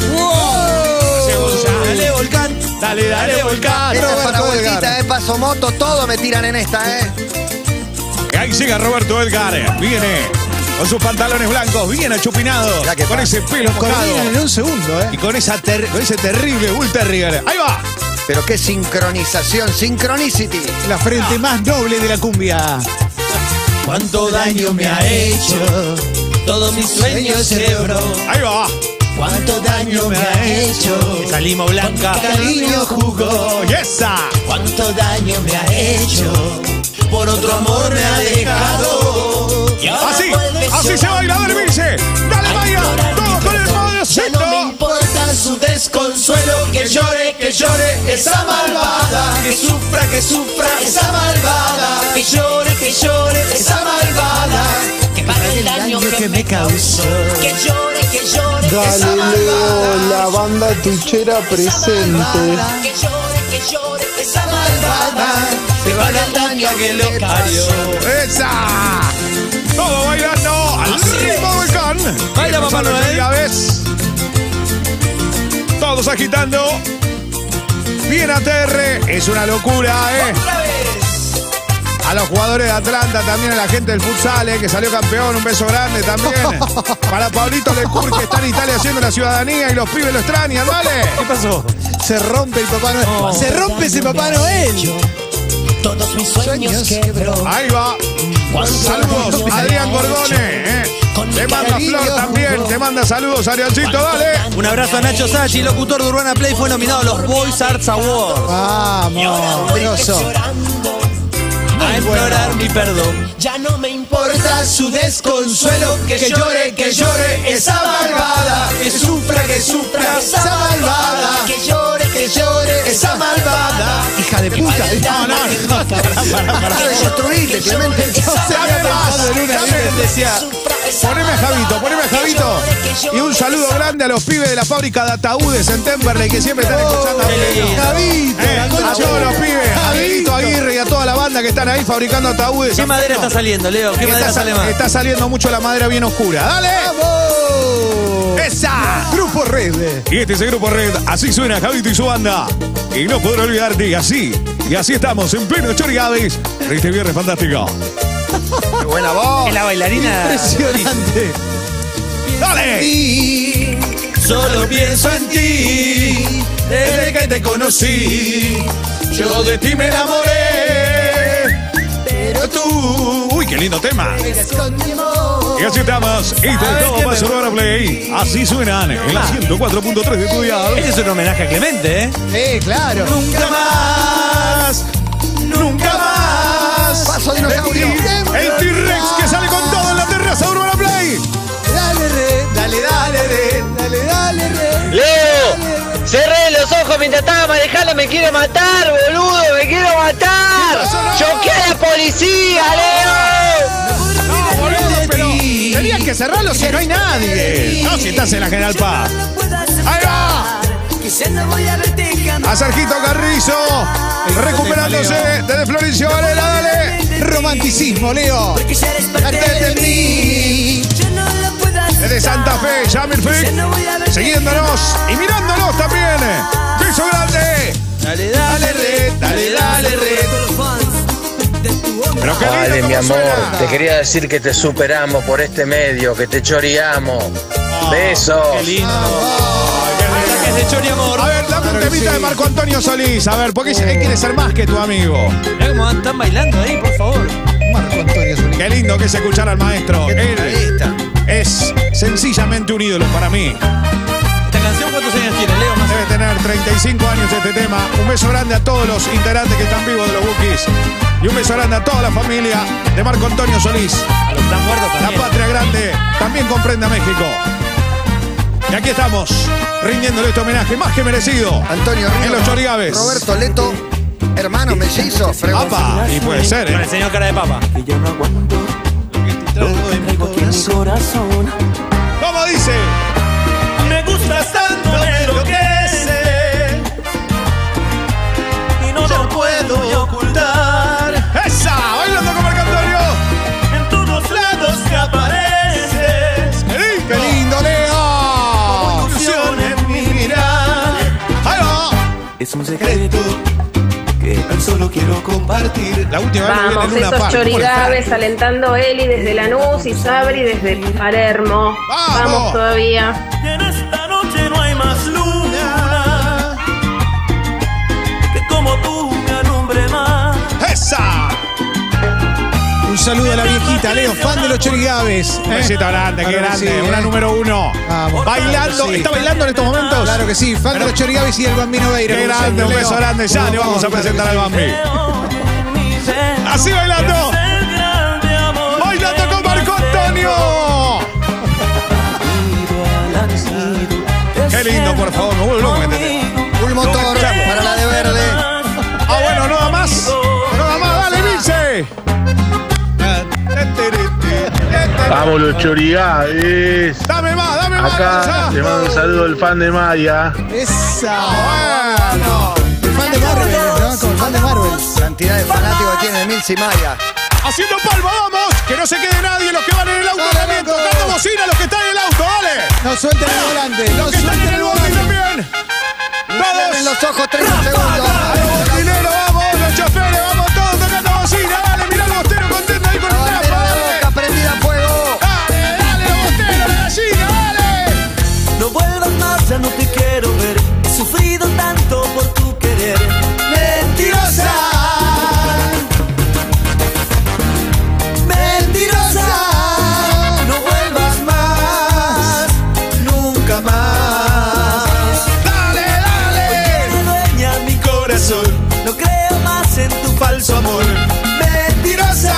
Speaker 5: Gracias, Gonzalo.
Speaker 8: Dale, volcán.
Speaker 5: Dale, dale, volcán.
Speaker 2: Esta es para
Speaker 3: Roberto
Speaker 2: vueltita, eh, paso moto, todo me tiran en esta, eh.
Speaker 5: Ahí llega Roberto Edgar, eh, viene con sus pantalones blancos, bien achupinados,
Speaker 2: Ya que
Speaker 5: con ese pelo mojado
Speaker 3: Coordinan en un segundo,
Speaker 5: y
Speaker 3: ¿eh?
Speaker 5: con, esa ter- con ese terrible Bull Terrier. Ahí va.
Speaker 2: Pero qué sincronización, sincronicity.
Speaker 3: La frente más noble de la cumbia.
Speaker 8: Cuánto daño me ha hecho, todos mis sueños cerebro.
Speaker 5: Ahí va. eh.
Speaker 8: Cuánto daño me ha hecho, esa lima blanca.
Speaker 5: Cariño jugó. esa.
Speaker 8: Cuánto daño me ha hecho, por otro amor me ha dejado. Y ahora
Speaker 5: Así,
Speaker 8: vuelve
Speaker 5: así se baila,
Speaker 8: llorando.
Speaker 5: dormirse. Dale, vaya. Todo con el
Speaker 8: Ya no me
Speaker 5: podercito.
Speaker 8: importa su desconsuelo, que llore, que llore esa malvada, que sufra, que sufra esa malvada, que llore, que llore esa malvada, que pague el daño que me causó, que llore, que llore esa malvada,
Speaker 14: la banda tuchera presente.
Speaker 8: que llore, que llore esa malvada, que pague el daño que lo parió.
Speaker 5: ¡Esa! Todo bailando al ritmo volcán.
Speaker 8: Baila,
Speaker 5: Empezando
Speaker 8: Papá
Speaker 5: la
Speaker 8: Noel.
Speaker 5: primera vez. Todos agitando. Bien ATR. Es una locura, ¿eh?
Speaker 8: Otra vez.
Speaker 5: A los jugadores de Atlanta, también a la gente del futsal, eh, que salió campeón, un beso grande también.
Speaker 3: [LAUGHS]
Speaker 5: Para Pablito Lecur, que está en Italia haciendo la ciudadanía y los pibes lo extrañan, ¿vale?
Speaker 8: ¿Qué pasó?
Speaker 3: Se rompe el Papá Noel. Se rompe ese Papá Noel.
Speaker 8: Todos mis sueños quebró.
Speaker 5: Ahí va. Saludos, Adrián Gordone. eh. Te manda Flor también, te manda saludos, Ariancito, dale.
Speaker 8: Un abrazo a Nacho Sachi, locutor de Urbana Play, fue nominado a los Boys Arts Awards.
Speaker 3: Vamos, grosso.
Speaker 8: A implorar mi perdón. Ya no me importa su desconsuelo, que llore, que llore esa malvada, que sufra, que sufra esa malvada, que llore, que llore esa malvada.
Speaker 3: Hija de puta.
Speaker 8: No, no, no,
Speaker 2: Destruiste, Clemente.
Speaker 5: Dame más, dame.
Speaker 8: decía.
Speaker 5: Poneme a Javito, poneme a Javito. Y un saludo grande a los pibes de la fábrica de ataúdes en Temperley que siempre están escuchando. a Belén.
Speaker 3: Javito,
Speaker 5: Eh,
Speaker 3: la concha
Speaker 5: a todos
Speaker 3: de-
Speaker 5: los pibes, a Benito
Speaker 3: Javito.
Speaker 5: Aguirre y a toda la banda que están ahí fabricando ataúdes.
Speaker 8: ¿Qué madera está saliendo, Leo? ¿Qué madera
Speaker 5: Está,
Speaker 8: sale
Speaker 5: sal-
Speaker 8: más?
Speaker 5: está saliendo mucho la madera bien oscura. ¡Dale!
Speaker 3: ¡Vamos!
Speaker 5: ¡Esa!
Speaker 3: Grupo Red.
Speaker 5: Y este es el Grupo Red. Así suena Javito y su banda. Y no podré olvidarte. Y así, y así estamos en pleno Chorigaves. Este viernes fantástico.
Speaker 2: Qué buena voz.
Speaker 8: Es la bailarina.
Speaker 3: Impresionante.
Speaker 5: ¡Dale!
Speaker 8: Solo pienso en ti, desde que te conocí. Yo de ti me enamoré.
Speaker 5: Pero tú. Uy, qué lindo tema. Y así estamos. Este es todo más Urbana Play. Así suenan en la 104.3 de tu dial.
Speaker 8: Ese es un homenaje a Clemente, ¿eh?
Speaker 3: Eh, claro.
Speaker 8: Nunca más, nunca más.
Speaker 2: Paso dinosaurio.
Speaker 5: El T-Rex que sale con todo en la terraza de Urbana Play.
Speaker 3: Dale, re. Dale, dale, re. Dale, dale, re.
Speaker 15: Leo, cerré los ojos mientras estaba manejando, me quiere matar, boludo, me quiero matar. Choqué a la policía, Leo.
Speaker 5: No, boludo, pero tenías que cerrarlo si no hay nadie. No, si estás en la General Paz. Ahí va. A Sergito Carrizo, recuperándose desde Florencio Varela, dale.
Speaker 3: Romanticismo, Leo.
Speaker 5: Antes de mí. Desde Santa Fe, Jamir Frick, siguiéndonos y mirándonos también. Piso grande.
Speaker 8: Dale, dale, re, dale, dale, re.
Speaker 5: Pero qué lindo
Speaker 15: Dale,
Speaker 5: cómo
Speaker 15: mi amor,
Speaker 5: suena.
Speaker 15: te quería decir que te superamos por este medio, que te choreamos.
Speaker 8: Qué
Speaker 4: Ah,
Speaker 15: Besos.
Speaker 8: lindo. de Chori Amor.
Speaker 5: A ver, dame un temita de Marco Antonio Solís. A ver, porque él quiere ser más que tu amigo.
Speaker 8: Mirá cómo están bailando ahí, por favor.
Speaker 3: Marco Antonio Solís.
Speaker 5: Qué lindo que es escuchar al maestro. Él es sencillamente un ídolo para mí.
Speaker 8: Esta canción, ¿cuántos años tiene, Leo? Más o
Speaker 5: Debe tener 35 años este tema. Un beso grande a todos los integrantes que están vivos de los Bookies. Y un beso grande a toda la familia de Marco Antonio Solís.
Speaker 8: menos. A los que están muertos
Speaker 5: La
Speaker 8: también.
Speaker 5: patria grande también comprende a México. Y aquí estamos, rindiéndole este homenaje más que merecido.
Speaker 2: Antonio Ríos.
Speaker 5: En los Chorigaves.
Speaker 2: Roberto Leto. hermanos mellizos? Pregunta.
Speaker 5: Y puede ser, ¿eh?
Speaker 16: Con el señor cara de papa.
Speaker 8: Y yo no aguanto lo que mi corazón.
Speaker 5: ¿Cómo dice?
Speaker 8: Me gustas tanto, me enloquece. Y no lo puedo ocultar.
Speaker 5: ¡Esa! ¡Bailando como el cantorio!
Speaker 8: En todos lados te apareces.
Speaker 5: ¡Qué lindo!
Speaker 3: ¡Qué lindo, Leo!
Speaker 8: Ilusión en mi mirar.
Speaker 5: ¡Ahí va!
Speaker 8: Es un secreto que tan solo quiero compartir.
Speaker 5: La última vez lo
Speaker 17: Vamos,
Speaker 5: vi en Luna
Speaker 17: esos
Speaker 5: Park.
Speaker 17: chorigabes alentando Eli desde Lanús y Sabri desde Palermo. Vamos todavía.
Speaker 8: Y en esta noche no hay más luna que como tú me alumbre más.
Speaker 5: ¡Esa!
Speaker 3: Un saludo a la viejita, Leo, fan de los chorigaves.
Speaker 5: Un besito grande, qué
Speaker 3: Claro que
Speaker 5: grande.
Speaker 3: sí,
Speaker 5: Una
Speaker 3: eh.
Speaker 5: número uno.
Speaker 3: Vamos.
Speaker 5: Bailando,
Speaker 3: Sí.
Speaker 5: ¿está bailando en estos momentos?
Speaker 3: Claro que sí, fan de los chorigaves y el bambino Beira.
Speaker 5: Qué grande, un beso grande. Ya le vamos a presentar al Bambi. Así bailando. Bailando con Marco Antonio. Qué lindo, por favor, no vuelvo a
Speaker 2: Un motor para la de verde.
Speaker 5: Ah, bueno, no da más. No da más, dale, Vince.
Speaker 18: Vamos los chorigades.
Speaker 5: Dame más, dame más. Ah,
Speaker 18: Acá
Speaker 5: Gonza.
Speaker 18: le mando un saludo al fan de Maya.
Speaker 3: Esa.
Speaker 5: Bueno.
Speaker 3: El fan de Marvel, ¿no? Como el fan de Marvel.
Speaker 2: Cantidad de fanáticos que tiene Milsi Maya.
Speaker 5: Haciendo palma, vamos. Que no se quede nadie. Los que van en el auto
Speaker 3: Dale,
Speaker 5: también.
Speaker 3: loco.
Speaker 5: Tocando bocina, los que están en el auto, dale.
Speaker 3: No suelten el volante. No
Speaker 5: Los que están en
Speaker 3: suelten
Speaker 5: el
Speaker 3: el
Speaker 5: bondi
Speaker 3: volante.
Speaker 5: también.
Speaker 2: Miren en
Speaker 5: Todos.
Speaker 2: los ojos 30
Speaker 5: A
Speaker 2: segundos.
Speaker 5: los botineros, vamos. Los choferes, vamos todos tocando bocina. Dale, mirá el bostero contento ahí con
Speaker 2: La
Speaker 5: el trapo.
Speaker 2: bandera de
Speaker 5: Dale,
Speaker 2: boca prendida a fuego.
Speaker 5: dale, dale, los bosteros, la gallina, dale.
Speaker 8: No vuelvas más, ya no te quiero ver. He sufrido tanto por tu querer. Mentirosa. Mentirosa. No vuelvas más. Nunca más.
Speaker 5: Dale, dale.
Speaker 8: Te dueña mi corazón. No creo más en tu falso amor. Mentirosa.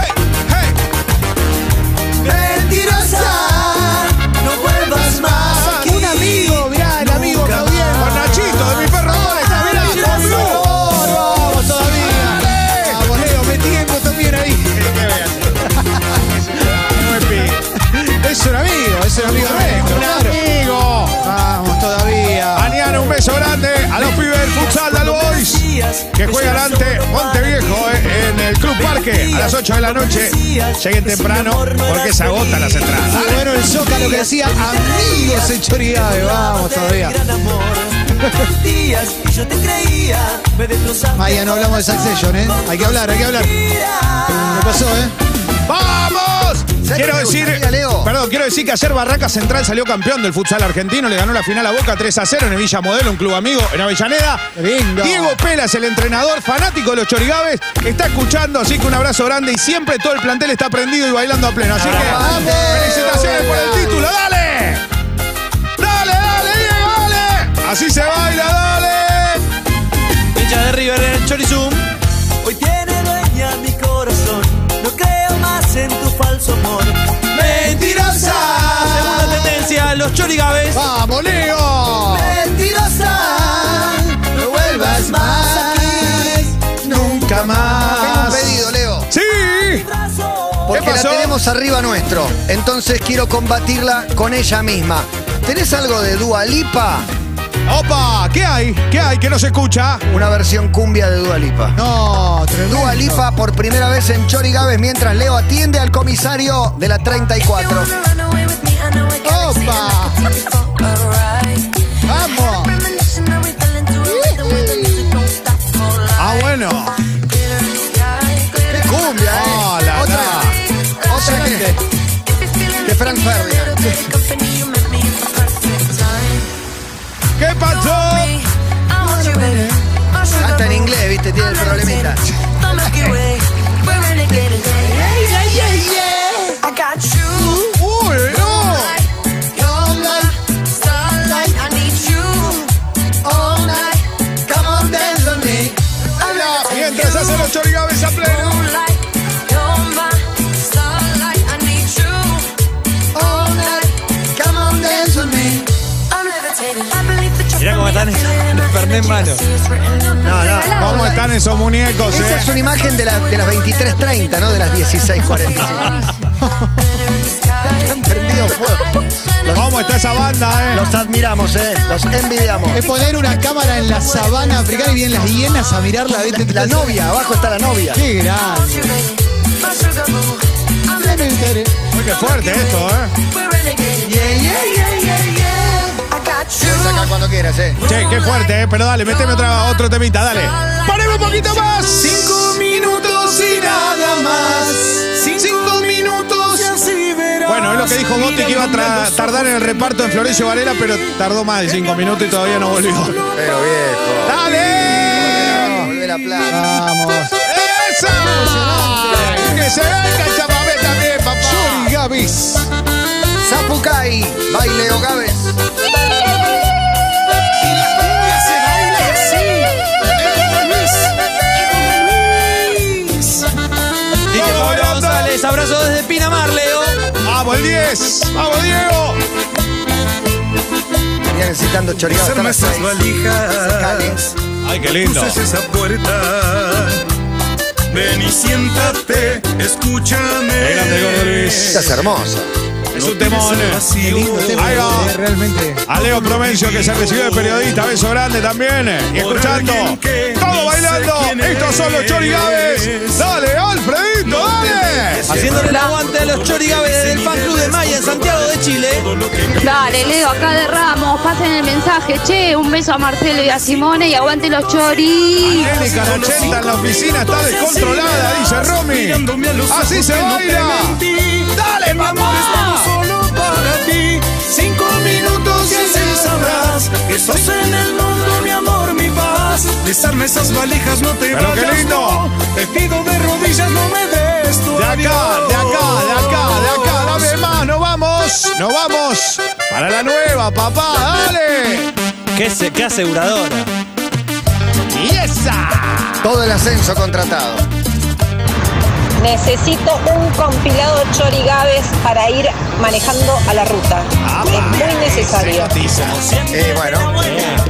Speaker 5: Hey, hey.
Speaker 8: Mentirosa, no vuelvas más aquí.
Speaker 3: Un amigo, mirá, el amigo
Speaker 8: Nunca
Speaker 3: Claudiel.
Speaker 8: más.
Speaker 5: Con Nachito, de mi perro Dora, está mirá, con Blue.
Speaker 3: Vamos todavía. Vamos, Leo, metí tiempo también ahí. Es un amigo, es un amigo nuestro,
Speaker 5: Un
Speaker 3: claro. Ah.
Speaker 5: amigo.
Speaker 3: Vamos todavía.
Speaker 5: Aniana, un beso grande a los pibes del futsal al Boys que juegan ante Monteviejo eh, en el Club Parque a las 8 de la noche. Lleguen temprano porque se agotan las entradas.
Speaker 3: Ah, bueno, el Zócalo que hacía amigos en Chorigabe. Vamos todavía.
Speaker 8: Gran amor.
Speaker 5: [LAUGHS]
Speaker 8: Mentías y yo te creía, me destrozaste.
Speaker 3: Maya, no hablamos de Succession, ¿eh? Hay que hablar, hay que hablar. ¿Qué pasó, eh?
Speaker 5: ¡Vamos! Quiero
Speaker 2: qué me
Speaker 5: decir,
Speaker 2: gustaría, Leo?
Speaker 5: perdón, quiero decir que ayer Barraca Central salió campeón del futsal argentino, le ganó la final a Boca 3 a 0 en el Villa Modelo, un club amigo en Avellaneda.
Speaker 3: Qué lindo.
Speaker 5: Diego Pelas, el entrenador fanático de los Chorigaves, está escuchando, así que un abrazo grande y siempre todo el plantel está prendido y bailando a pleno. Así que
Speaker 2: ¡Vamos!
Speaker 5: felicitaciones por el título, dale. Dale, dale, Diego, dale. Así se baila, dale.
Speaker 16: Hincha de River en el Chorizum.
Speaker 8: Hoy tiene dueña mi corazón, no creo más en tu falso amor. Mentirosa,
Speaker 16: Segunda tendencia, los chorigabes.
Speaker 3: ¡Vamos, Leo!
Speaker 8: mentirosa, no vuelvas más aquí, nunca
Speaker 2: Tengo un
Speaker 8: más.
Speaker 2: pedido, Leo.
Speaker 5: Sí.
Speaker 2: Porque la
Speaker 5: pasó?
Speaker 2: tenemos arriba nuestro. Entonces quiero combatirla con ella misma. ¿Tenés algo de Dua Lipa?
Speaker 5: Opa, ¿qué hay? ¿Qué hay que no se escucha?
Speaker 2: Una versión cumbia de Dua Lipa.
Speaker 3: No, tremendo.
Speaker 2: Dua Lipa por primera vez en Chori Gaves mientras Leo atiende al comisario de la 34.
Speaker 3: ¡Opa! ¡Vamos!
Speaker 5: Ah, bueno.
Speaker 2: ¡Qué cumbia, eh!
Speaker 5: Oh, la,
Speaker 2: otra,
Speaker 5: la.
Speaker 2: otra que, que Frank Ferdinand.
Speaker 5: ¿Qué pasó?
Speaker 2: Canta en inglés, viste, tiene el problemita.
Speaker 5: ¡Uy,
Speaker 2: Oh.
Speaker 5: no! Habla mientras hace los chorigaves a pleno.
Speaker 8: All night, come on, dance with me.
Speaker 16: Mirá cómo está están los Fernet malos.
Speaker 2: No, no.
Speaker 5: ¿Cómo están esos muñecos,
Speaker 2: Esa
Speaker 5: eh?
Speaker 2: es una imagen de, la- de las 23.30, ¿no? De las 16.45. Han prendido fuego. Los-
Speaker 5: ¿Cómo está esa banda, eh?
Speaker 2: Los admiramos, ¿eh? Los envidiamos.
Speaker 3: Es poner una cámara en la sabana africana y vienen las hienas a mirarla.
Speaker 2: La,
Speaker 3: ¿viste?
Speaker 2: la novia, abajo está la novia.
Speaker 3: Qué grande. Ya me enteré.
Speaker 5: Uy, qué fuerte esto, eh.
Speaker 2: Puedes sacar cuando quieras, ¿eh?
Speaker 5: Che, qué fuerte, eh. Pero dale, meteme otra, otro temita, dale. ¡Poneme un poquito más!
Speaker 4: Cinco minutos y nada más. Cinco minutos y así verás.
Speaker 5: Bueno, es lo que dijo Gotti que iba a tra- tardar en el reparto en Florencio Varela, pero tardó más de cinco minutos y todavía no volvió.
Speaker 2: Pero viejo.
Speaker 5: ¡Dale!
Speaker 2: Volver Ah, la plata.
Speaker 3: Vamos.
Speaker 5: ¡Esa! ¡Que se venga el chamamé también, papá!
Speaker 3: Yuri Gavis.
Speaker 2: Zapucay, baile o Gávez.
Speaker 16: Y que Pablo González, abrazo desde Pinamar, Leo.
Speaker 5: ¡Vamos el 10! ¡Vamos, Diego!
Speaker 2: Venía necesitando chorigado. hasta las seis.
Speaker 4: valijas.
Speaker 5: ¡Ay, qué lindo!
Speaker 4: Cruces esa puerta. Ven y siéntate, escúchame.
Speaker 5: Grande, gordo Luis.
Speaker 2: Estás hermosa.
Speaker 5: Es un temón. eh.
Speaker 3: Qué lindo tema.
Speaker 5: Ahí va.
Speaker 3: Realmente.
Speaker 5: A Leo Provencio que se recibió de periodista, beso grande también. eh. Y escuchando, todo bailando. Estos son los Chorigaves. Dale, Alfredito, dale.
Speaker 16: Haciéndole el aguante a los chorigaves desde el fan club de Maya en Santiago de Chile.
Speaker 19: Dale, Leo, acá de Ramos, pasen el mensaje, che, un beso a Marcelo y a Simone y aguante los choris.
Speaker 5: Angélica Nachenta en la oficina está descontrolada, dice Romy. Así se baila.
Speaker 4: Dale, mamá. Solo para ti. Cinco minutos y así sabrás que sos en el mundo, mi amor, mi paz. Desarme esas valijas, no te
Speaker 5: Pero qué
Speaker 4: vayas,
Speaker 5: lindo.
Speaker 4: no. Te pido de rodillas, no me des tu
Speaker 5: De acá, de acá, de acá, de acá. Dame más, nos vamos. Nos vamos. Para la nueva, papá, dale.
Speaker 16: Qué, se- qué aseguradora.
Speaker 5: Y esa.
Speaker 2: Todo el ascenso contratado.
Speaker 20: Necesito un compilado chorigaves para ir manejando a la ruta. Es muy necesario.
Speaker 2: Eh, bueno,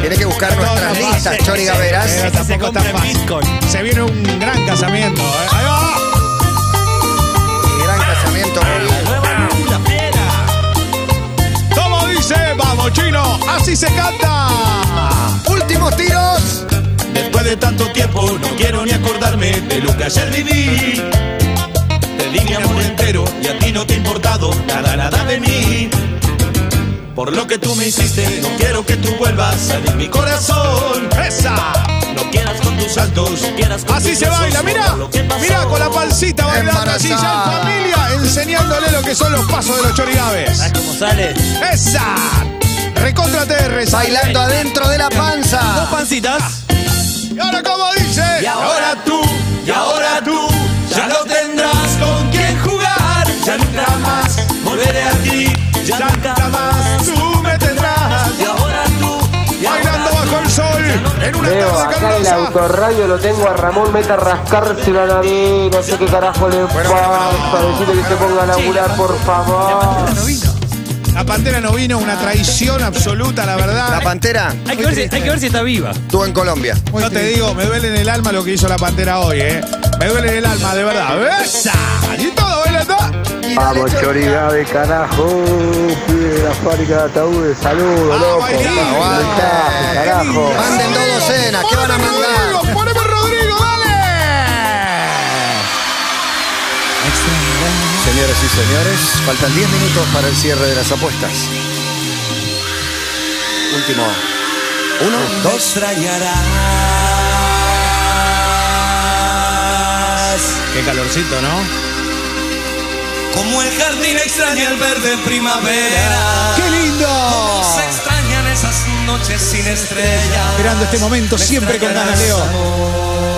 Speaker 2: tiene que buscar nuestras listas, Chori Gaveras.
Speaker 5: Eh, tampoco es tan fácil. Se viene un gran casamiento, eh. Ahí va.
Speaker 2: Y Gran casamiento.
Speaker 5: Como dice, vamos chino, así se canta.
Speaker 2: Últimos tiros.
Speaker 8: Después de tanto tiempo no quiero ni acordarme de lo que ayer viví. Te di mi amor entero y a ti no te ha importado nada, nada de mí. Por lo que tú me hiciste, no quiero que tú vuelvas a abrir mi corazón.
Speaker 5: Esa.
Speaker 8: No quieras con tus saltos, no quieras con
Speaker 5: Así
Speaker 8: tus
Speaker 5: se
Speaker 8: besos,
Speaker 5: baila, mira.
Speaker 8: lo que pasó.
Speaker 5: Mira con la pancita bailando así ya en
Speaker 2: Embarazada.
Speaker 5: familia, enseñándole lo que son los pasos de los chorigaves.
Speaker 16: ¿Sabes cómo sale?
Speaker 5: Esa. Recontra TR.
Speaker 2: Bailando adentro de la
Speaker 16: Dos
Speaker 2: panza.
Speaker 16: pancitas.
Speaker 5: Y ahora como dice.
Speaker 8: Y ahora tú, y ahora tú, ya no tendrás con quién jugar. Ya nunca más volveré a ti, ya nunca más.
Speaker 5: tú me tendrás.
Speaker 8: Y ahora tú, y
Speaker 5: Bailando bajo el sol. En una
Speaker 9: Leo,
Speaker 5: tarde
Speaker 9: acá en el
Speaker 5: calurosa.
Speaker 9: autorradio lo tengo a Ramón Meta rascarse la nariz, no sé qué carajo le pasa, decirle que se ponga a laburar, por favor.
Speaker 5: La pantera no vino, una traición absoluta, la
Speaker 2: La
Speaker 5: verdad.
Speaker 2: pantera
Speaker 16: Hay que, ver si, hay que ver si está viva.
Speaker 2: estuvo en Colombia.
Speaker 5: No te digo, me duele en el alma lo que hizo la pantera hoy, eh. Me duele en el alma, de verdad. Esa. Y todo bailando.
Speaker 2: Vamos, Chori Gaveras.
Speaker 5: Vamos, ahí está.
Speaker 2: Carajo. Manden dos docenas. ¿Qué van a mandar?
Speaker 5: Rodrigo, ponemos Rodrigo, dale.
Speaker 2: Señoras y señores, faltan 10 minutos para el cierre de las apuestas. Último. Uno, dos.
Speaker 8: extrañarás.
Speaker 16: Qué calorcito, ¿no?
Speaker 8: Como el jardín extraña el verde primavera.
Speaker 3: ¡Qué lindo!
Speaker 8: Se extrañan esas noches sin estrellas.
Speaker 3: Esperando este momento siempre con ganas, Leo.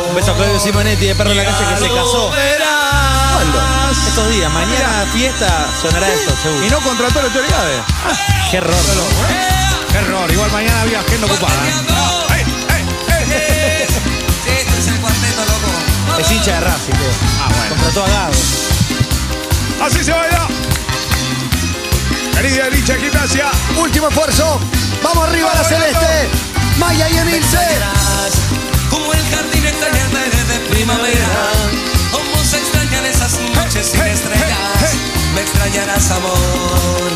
Speaker 16: Un beso a Claudio Simonetti de Perro de la Calle que se casó. Estos días, mañana fiesta, sonará esto, seguro.
Speaker 5: Y no contrató a la autoridad. eh.
Speaker 16: Qué error.
Speaker 5: Qué Error, igual mañana había agenda ocupada. eh. Ey, ey, ey.
Speaker 16: Es hincha de Racing, Leo.
Speaker 5: Ah, bueno.
Speaker 16: Contrató a Gago.
Speaker 5: Así se baila. Querida Licha Gimnasia.
Speaker 2: Último esfuerzo. Vamos arriba la celeste. Maya y Emilce.
Speaker 8: Como el jardín extraña el aire de primavera. Como se extrañan esas noches sin estrellas. Me extrañarás, amor,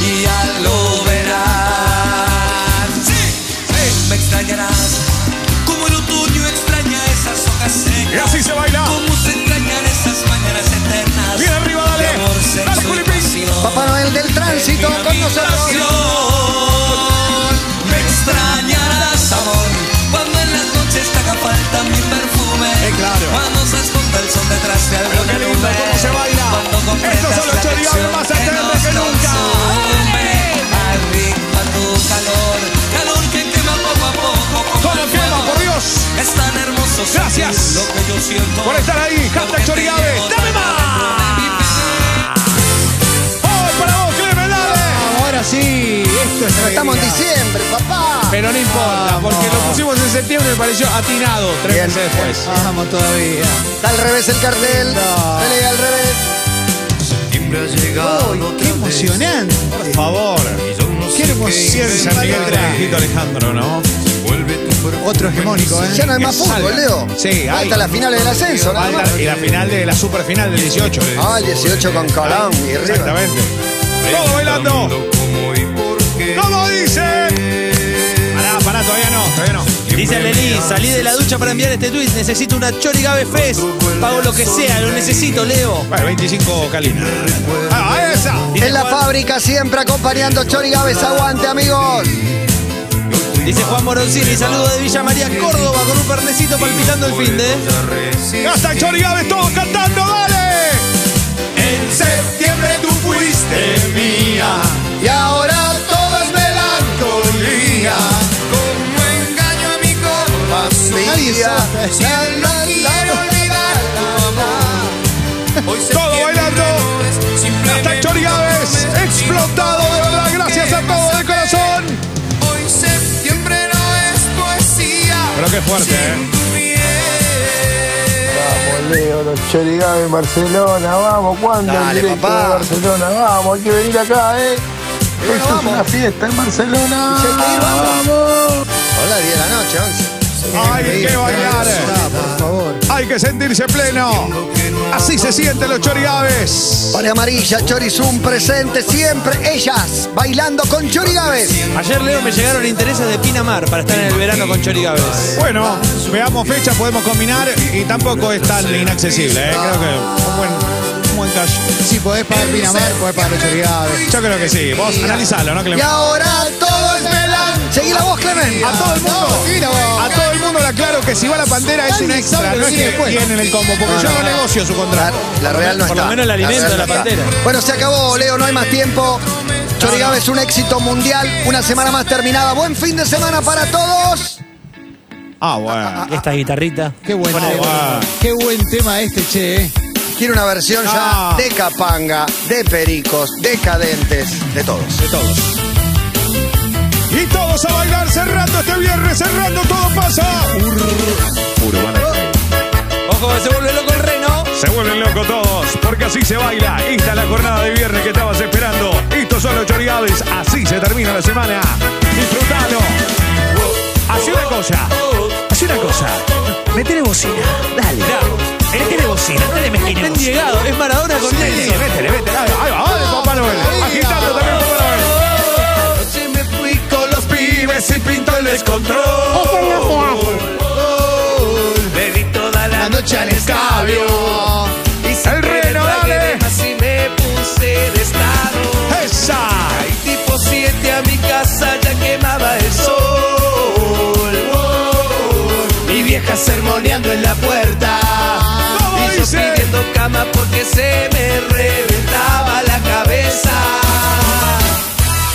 Speaker 8: y ya lo verás. Sí, me extrañarás. Como el otoño extraña esas hojas secas.
Speaker 5: Y así se baila.
Speaker 8: Como se extrañan esas mañanas eternas.
Speaker 5: Bien arriba, dale.
Speaker 8: De amor, sexo y pasión.
Speaker 2: Papá Noel del tránsito con nosotros.
Speaker 8: Me extrañarás, amor, cuando en las noches te haga falta mi perfume. Cuando se esconda el sol detrás de alguna
Speaker 5: Eh, qué lindo,
Speaker 8: nube.
Speaker 5: cómo se baila.
Speaker 8: Cuando comprendas
Speaker 5: Estos son los
Speaker 8: la
Speaker 5: chorigabes
Speaker 8: canción
Speaker 5: más eternos
Speaker 8: nos
Speaker 5: este que nunca.
Speaker 8: consume. Al ritmo a tu calor, calor que quema poco a poco. como
Speaker 5: Todo
Speaker 8: el
Speaker 5: quema,
Speaker 8: fuego.
Speaker 5: por Dios.
Speaker 8: Es tan hermoso sentir
Speaker 5: Gracias.
Speaker 8: lo que yo siento.
Speaker 5: Por estar ahí,
Speaker 8: Lo que
Speaker 5: hashtag
Speaker 8: te
Speaker 5: Chorigabe.
Speaker 8: llevo
Speaker 5: ¡Dame ¡Hoy para vos, Clemen, dale!
Speaker 3: Ahora sí, esto es.
Speaker 2: Pero estamos en
Speaker 3: alegría.
Speaker 2: diciembre, papá.
Speaker 16: Pero no importa, porque lo pusimos en septiembre y me pareció atinado tres
Speaker 2: Bien.
Speaker 16: meses después.
Speaker 3: Vamos todavía.
Speaker 2: Está al revés el cartel. Dale al revés.
Speaker 3: Uy, qué emocionante.
Speaker 5: Por favor.
Speaker 3: Qué
Speaker 5: Cien
Speaker 3: emoción.
Speaker 5: San Miguel Trajito Alejandro, ¿no?
Speaker 3: Otro hegemónico,
Speaker 2: Ya no
Speaker 3: ¿eh?
Speaker 2: hay más
Speaker 5: Exacto.
Speaker 2: fútbol, Leo.
Speaker 5: Sí, hay.
Speaker 2: Falta la final del ascenso, nada más.
Speaker 5: Falta- y la final de la superfinal del 18.
Speaker 2: Ah, el 18 con Colón y River.
Speaker 5: Exactamente. Todo bailando. ¿Cómo dice? Pará, pará, todavía no, todavía no.
Speaker 16: Dice Leli, salí de la ducha para enviar este tweet. Necesito una Chorigabe Fest. Pago lo que sea, lo necesito, Leo.
Speaker 5: Bueno, 25 Calina. Ah, esa.
Speaker 2: En la fábrica siempre acompañando Chori Gávez. Aguante, amigos.
Speaker 16: Dice Juan Moroncini, saludo de Villa María Córdoba con un pernecito palpitando el fin de.
Speaker 5: Hasta Chorigabe, todos cantando, dale.
Speaker 4: En septiembre tú fuiste mía y ahora todo es melancolía. Como engaño a mi
Speaker 3: Nadie
Speaker 4: compasión,
Speaker 3: sabe.
Speaker 4: si
Speaker 5: [LAUGHS]
Speaker 4: él no quiere olvidar tu amor. Hoy
Speaker 5: Todo bailando. Hasta Chorigaves, explotado de verdad. Gracias a todos de corazón.
Speaker 4: Hoy septiembre no es poesía.
Speaker 5: Pero qué fuerte, ¿eh?
Speaker 14: Vamos, Leo, los chorigabes en Barcelona, vamos, ¿cuándo?
Speaker 2: Dale,
Speaker 14: el directo
Speaker 2: papá.
Speaker 14: de Barcelona, vamos, hay que venir acá, ¿eh? Esto es una fiesta en Barcelona.
Speaker 2: Sí, vamos.
Speaker 14: vamos.
Speaker 2: Hola, 10 de la noche, 11.
Speaker 5: Hay que bailar.
Speaker 3: Ah, por favor.
Speaker 5: Hay que sentirse pleno. Así se sienten los Chorigaves.
Speaker 2: Pare amarilla, Chorizum presente siempre. Ellas bailando con Chori Gávez.
Speaker 16: Ayer, Leo, me llegaron intereses de Pinamar para estar en el verano con Chorigaves.
Speaker 5: Bueno, veamos fecha, podemos combinar y tampoco es tan inaccesible. ¿eh? Creo que un buen, un buen cash.
Speaker 3: Si podés pagar Pinamar, podés pagar los chorigaves.
Speaker 5: Yo creo que sí. Vos analizalo, ¿no,
Speaker 2: Y
Speaker 5: Clemente?
Speaker 2: ahora todo es melancolía. Seguí la voz, Clemen.
Speaker 5: A todo el mundo. A todo el mundo le aclaro que si va la pantera es un extra, no es que viene en el combo, porque yo no negocio su
Speaker 2: La,
Speaker 5: contrato.
Speaker 2: la Real no
Speaker 16: Por
Speaker 2: está.
Speaker 16: lo menos el alimento
Speaker 2: Real
Speaker 16: de la
Speaker 2: no está.
Speaker 16: pantera.
Speaker 2: Bueno, se acabó, Leo, no hay más tiempo. Chorigave es un éxito mundial, una semana más terminada. Buen fin de semana para todos.
Speaker 5: Ah, bueno.
Speaker 16: Esta guitarrita.
Speaker 3: Qué buen
Speaker 5: Bueno,
Speaker 3: tema.
Speaker 5: va.
Speaker 3: Qué buen tema este, che, ¿eh?
Speaker 2: Quiero una versión ya
Speaker 5: Ah.
Speaker 2: de Capanga, de Pericos, de Cadentes, de todos.
Speaker 5: De todos. Y todos a bailar cerrando este viernes, cerrando todo pasa.
Speaker 16: Ojo, se vuelve loco el reno.
Speaker 5: Se vuelven locos todos, porque así se baila. Esta es la jornada de viernes que estabas esperando. Estos son los chorigaves, así se termina la semana. Disfrutalo. Así una cosa, así una cosa. Metele bocina, dale. Metele bocina, no le metele
Speaker 16: Está llegado, es Maradona con
Speaker 5: Métele,
Speaker 16: Nelson.
Speaker 5: métele, métele. Ahí va, ahí va, dale, Papá Noel. Agitando también Papá Noel.
Speaker 4: Anoche me fui con los pibes y pinto el descontrol. Eso no se hace. Bebí toda la, noche al escabio. Y
Speaker 5: El reno,
Speaker 4: tragué
Speaker 5: dale.
Speaker 4: de más y me puse de estado.
Speaker 5: ¡Esa!
Speaker 4: Ay, tipo 7 a mi casa ya quemaba el sol. Oh, mi vieja sermoneando en la puerta.
Speaker 5: ¿Cómo
Speaker 4: Y yo
Speaker 5: dice?
Speaker 4: pidiendo cama porque se me reventaba la cabeza.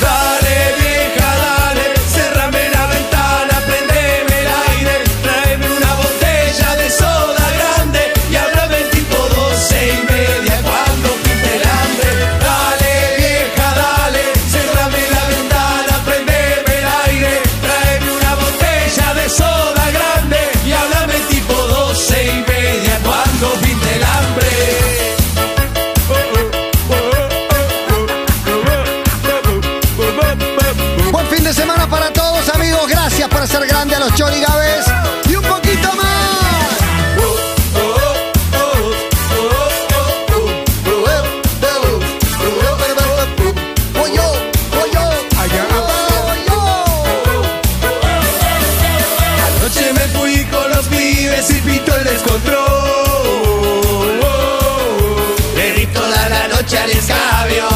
Speaker 4: Dale, vieja, dale, cerrame la ventana, prendeme el aire, tráeme una botella de soda grande y háblame el tipo 12 y media cuando pinte el hambre. Dale, vieja, dale, cerrame la ventana, prendeme el aire, tráeme una botella de soda grande y háblame el tipo 12 y media cuando pinte el hambre.
Speaker 8: fui con los pibes y pito el descontrol. Le di toda la noche al escabio.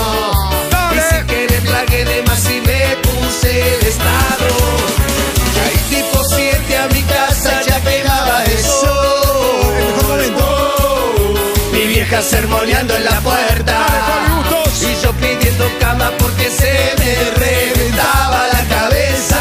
Speaker 8: Dice que me plagué de más y me puse el estado. Y ahí tipo 7 a mi casa ya pegaba eso. Mi vieja sermoneando en la puerta. Y yo pidiendo cama porque se me reventaba la cabeza.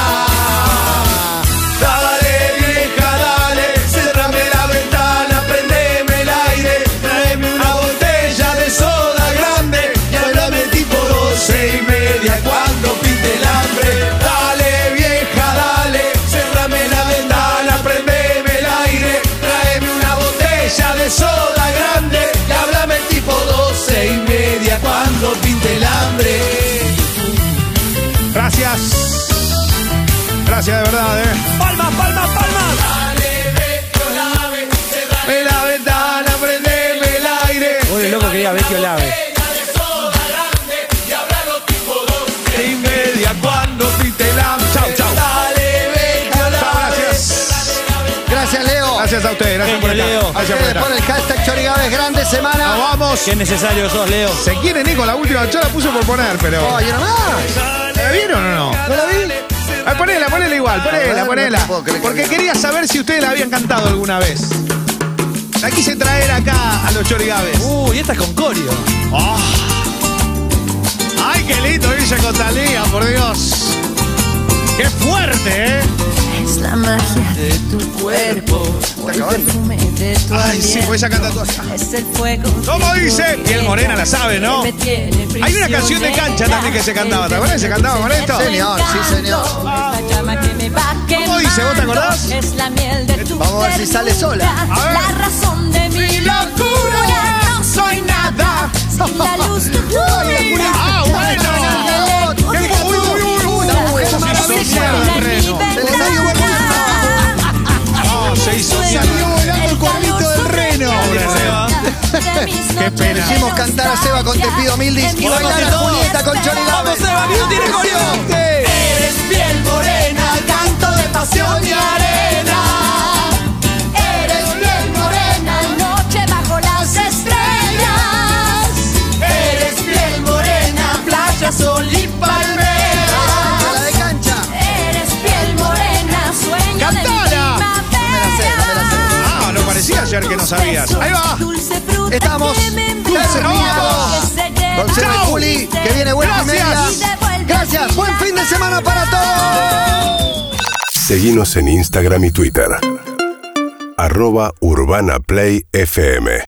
Speaker 8: Dale, vieja, dale, cerrame la ventana, prendeme el aire, tráeme una botella de soda grande y háblame tipo doce y media cuando pinte el hambre. Dale, vieja, dale, cerrame la ventana, prendeme el aire, tráeme una botella de soda grande y háblame tipo doce y media cuando pinte el hambre.
Speaker 5: Gracias. Gracias de verdad, eh.
Speaker 8: Palmas, palmas, palmas. Ve la ventana, prendeme el aire.
Speaker 16: Vos de loco quería ver que Olave.
Speaker 8: y media cuando pinte el hambre. Chau, chau. Dale, venga, gracias.
Speaker 2: Gracias, Leo.
Speaker 5: Gracias a ustedes,
Speaker 16: Genio,
Speaker 5: gracias por estar.
Speaker 16: Leo.
Speaker 5: Gracias Ah, por
Speaker 2: Ustedes
Speaker 5: estar.
Speaker 2: ponen el hashtag Chorigaves Grande Semana.
Speaker 5: Vamos.
Speaker 16: Qué necesario sos, Leo.
Speaker 5: Se quiere Nico, la última yo la puse por poner, pero.
Speaker 2: Oh, yo no más.
Speaker 5: ¿La vieron o no?
Speaker 2: ¿No la vi?
Speaker 5: Ah, ponela, ponela igual,
Speaker 2: Ah,
Speaker 5: ponela,
Speaker 2: no
Speaker 5: ponela.
Speaker 2: te puedo creer que
Speaker 5: Porque
Speaker 2: no.
Speaker 5: quería saber si ustedes la habían cantado alguna vez. La quise traer acá a los chorigaves.
Speaker 16: Uy, esta es con Corio.
Speaker 5: Oh. ¡Ay, qué lindo irse con Talía, por Dios! ¡Qué fuerte, eh!
Speaker 10: Es la magia de tu cuerpo. o el perfume de tu
Speaker 5: Ay, sí,
Speaker 10: aliento.
Speaker 5: pues ella canta toda.
Speaker 10: Es el fuego.
Speaker 5: ¿Cómo
Speaker 10: que
Speaker 5: dice? Piel morena la sabe, ¿no?
Speaker 10: me tiene
Speaker 5: Hay una canción de cancha también que se cantaba, ¿te acuerdas? ¿Se cantaba con esto?
Speaker 2: Señor, sí, señor.
Speaker 10: prisionera. La llama que me va
Speaker 5: ¿Cómo dice? ¿Vos te
Speaker 10: quemando
Speaker 5: acordás?
Speaker 10: Es la miel de tu
Speaker 2: Vamos a ver si sale
Speaker 10: ternura,
Speaker 2: sola.
Speaker 5: A ver.
Speaker 10: La razón de mi locura. No soy nada. Sin la luz [LAUGHS] de tu mirada.
Speaker 5: ¡Ah, bueno!
Speaker 10: Uy, uy, uy, uy, uy.
Speaker 5: Eso sí,
Speaker 10: Se
Speaker 5: son
Speaker 10: fue
Speaker 5: mierda,
Speaker 10: la
Speaker 5: Reno.
Speaker 10: libertad. [LAUGHS] Ah,
Speaker 5: No, Ah, se hizo
Speaker 3: Salió volando el cuadrito del reno.
Speaker 5: Pobre Seba. Qué pena.
Speaker 2: Hicimos cantar a Seba con Te pido mil discos y
Speaker 8: Vamos,
Speaker 2: bailar a
Speaker 8: Tito.
Speaker 2: Julieta con Chori Gávez.
Speaker 8: tiene Corio! Eres piel morena, canto de pasión y arena. Eres piel morena,
Speaker 10: Noche bajo las estrellas.
Speaker 8: eres piel morena, playa, sol y palmeras.
Speaker 2: La de cancha.
Speaker 10: Eres piel morena, sueño
Speaker 5: ¡Cantala!
Speaker 10: de primavera.
Speaker 5: Ah, no parecía ayer que no sabías. Ahí va.
Speaker 10: Dulce fruta
Speaker 2: Estamos.
Speaker 10: que me
Speaker 2: Ya
Speaker 10: embriaga,
Speaker 2: terminamos.
Speaker 10: que se lleva
Speaker 2: Con Seba
Speaker 10: a
Speaker 2: y
Speaker 10: mi
Speaker 2: Juli,
Speaker 10: ser.
Speaker 2: que viene buena y
Speaker 5: Gracias.
Speaker 2: media. Gracias. Buen fin de semana para todos.
Speaker 9: Seguimos en Instagram y Twitter. Arroba Urbana Play FM.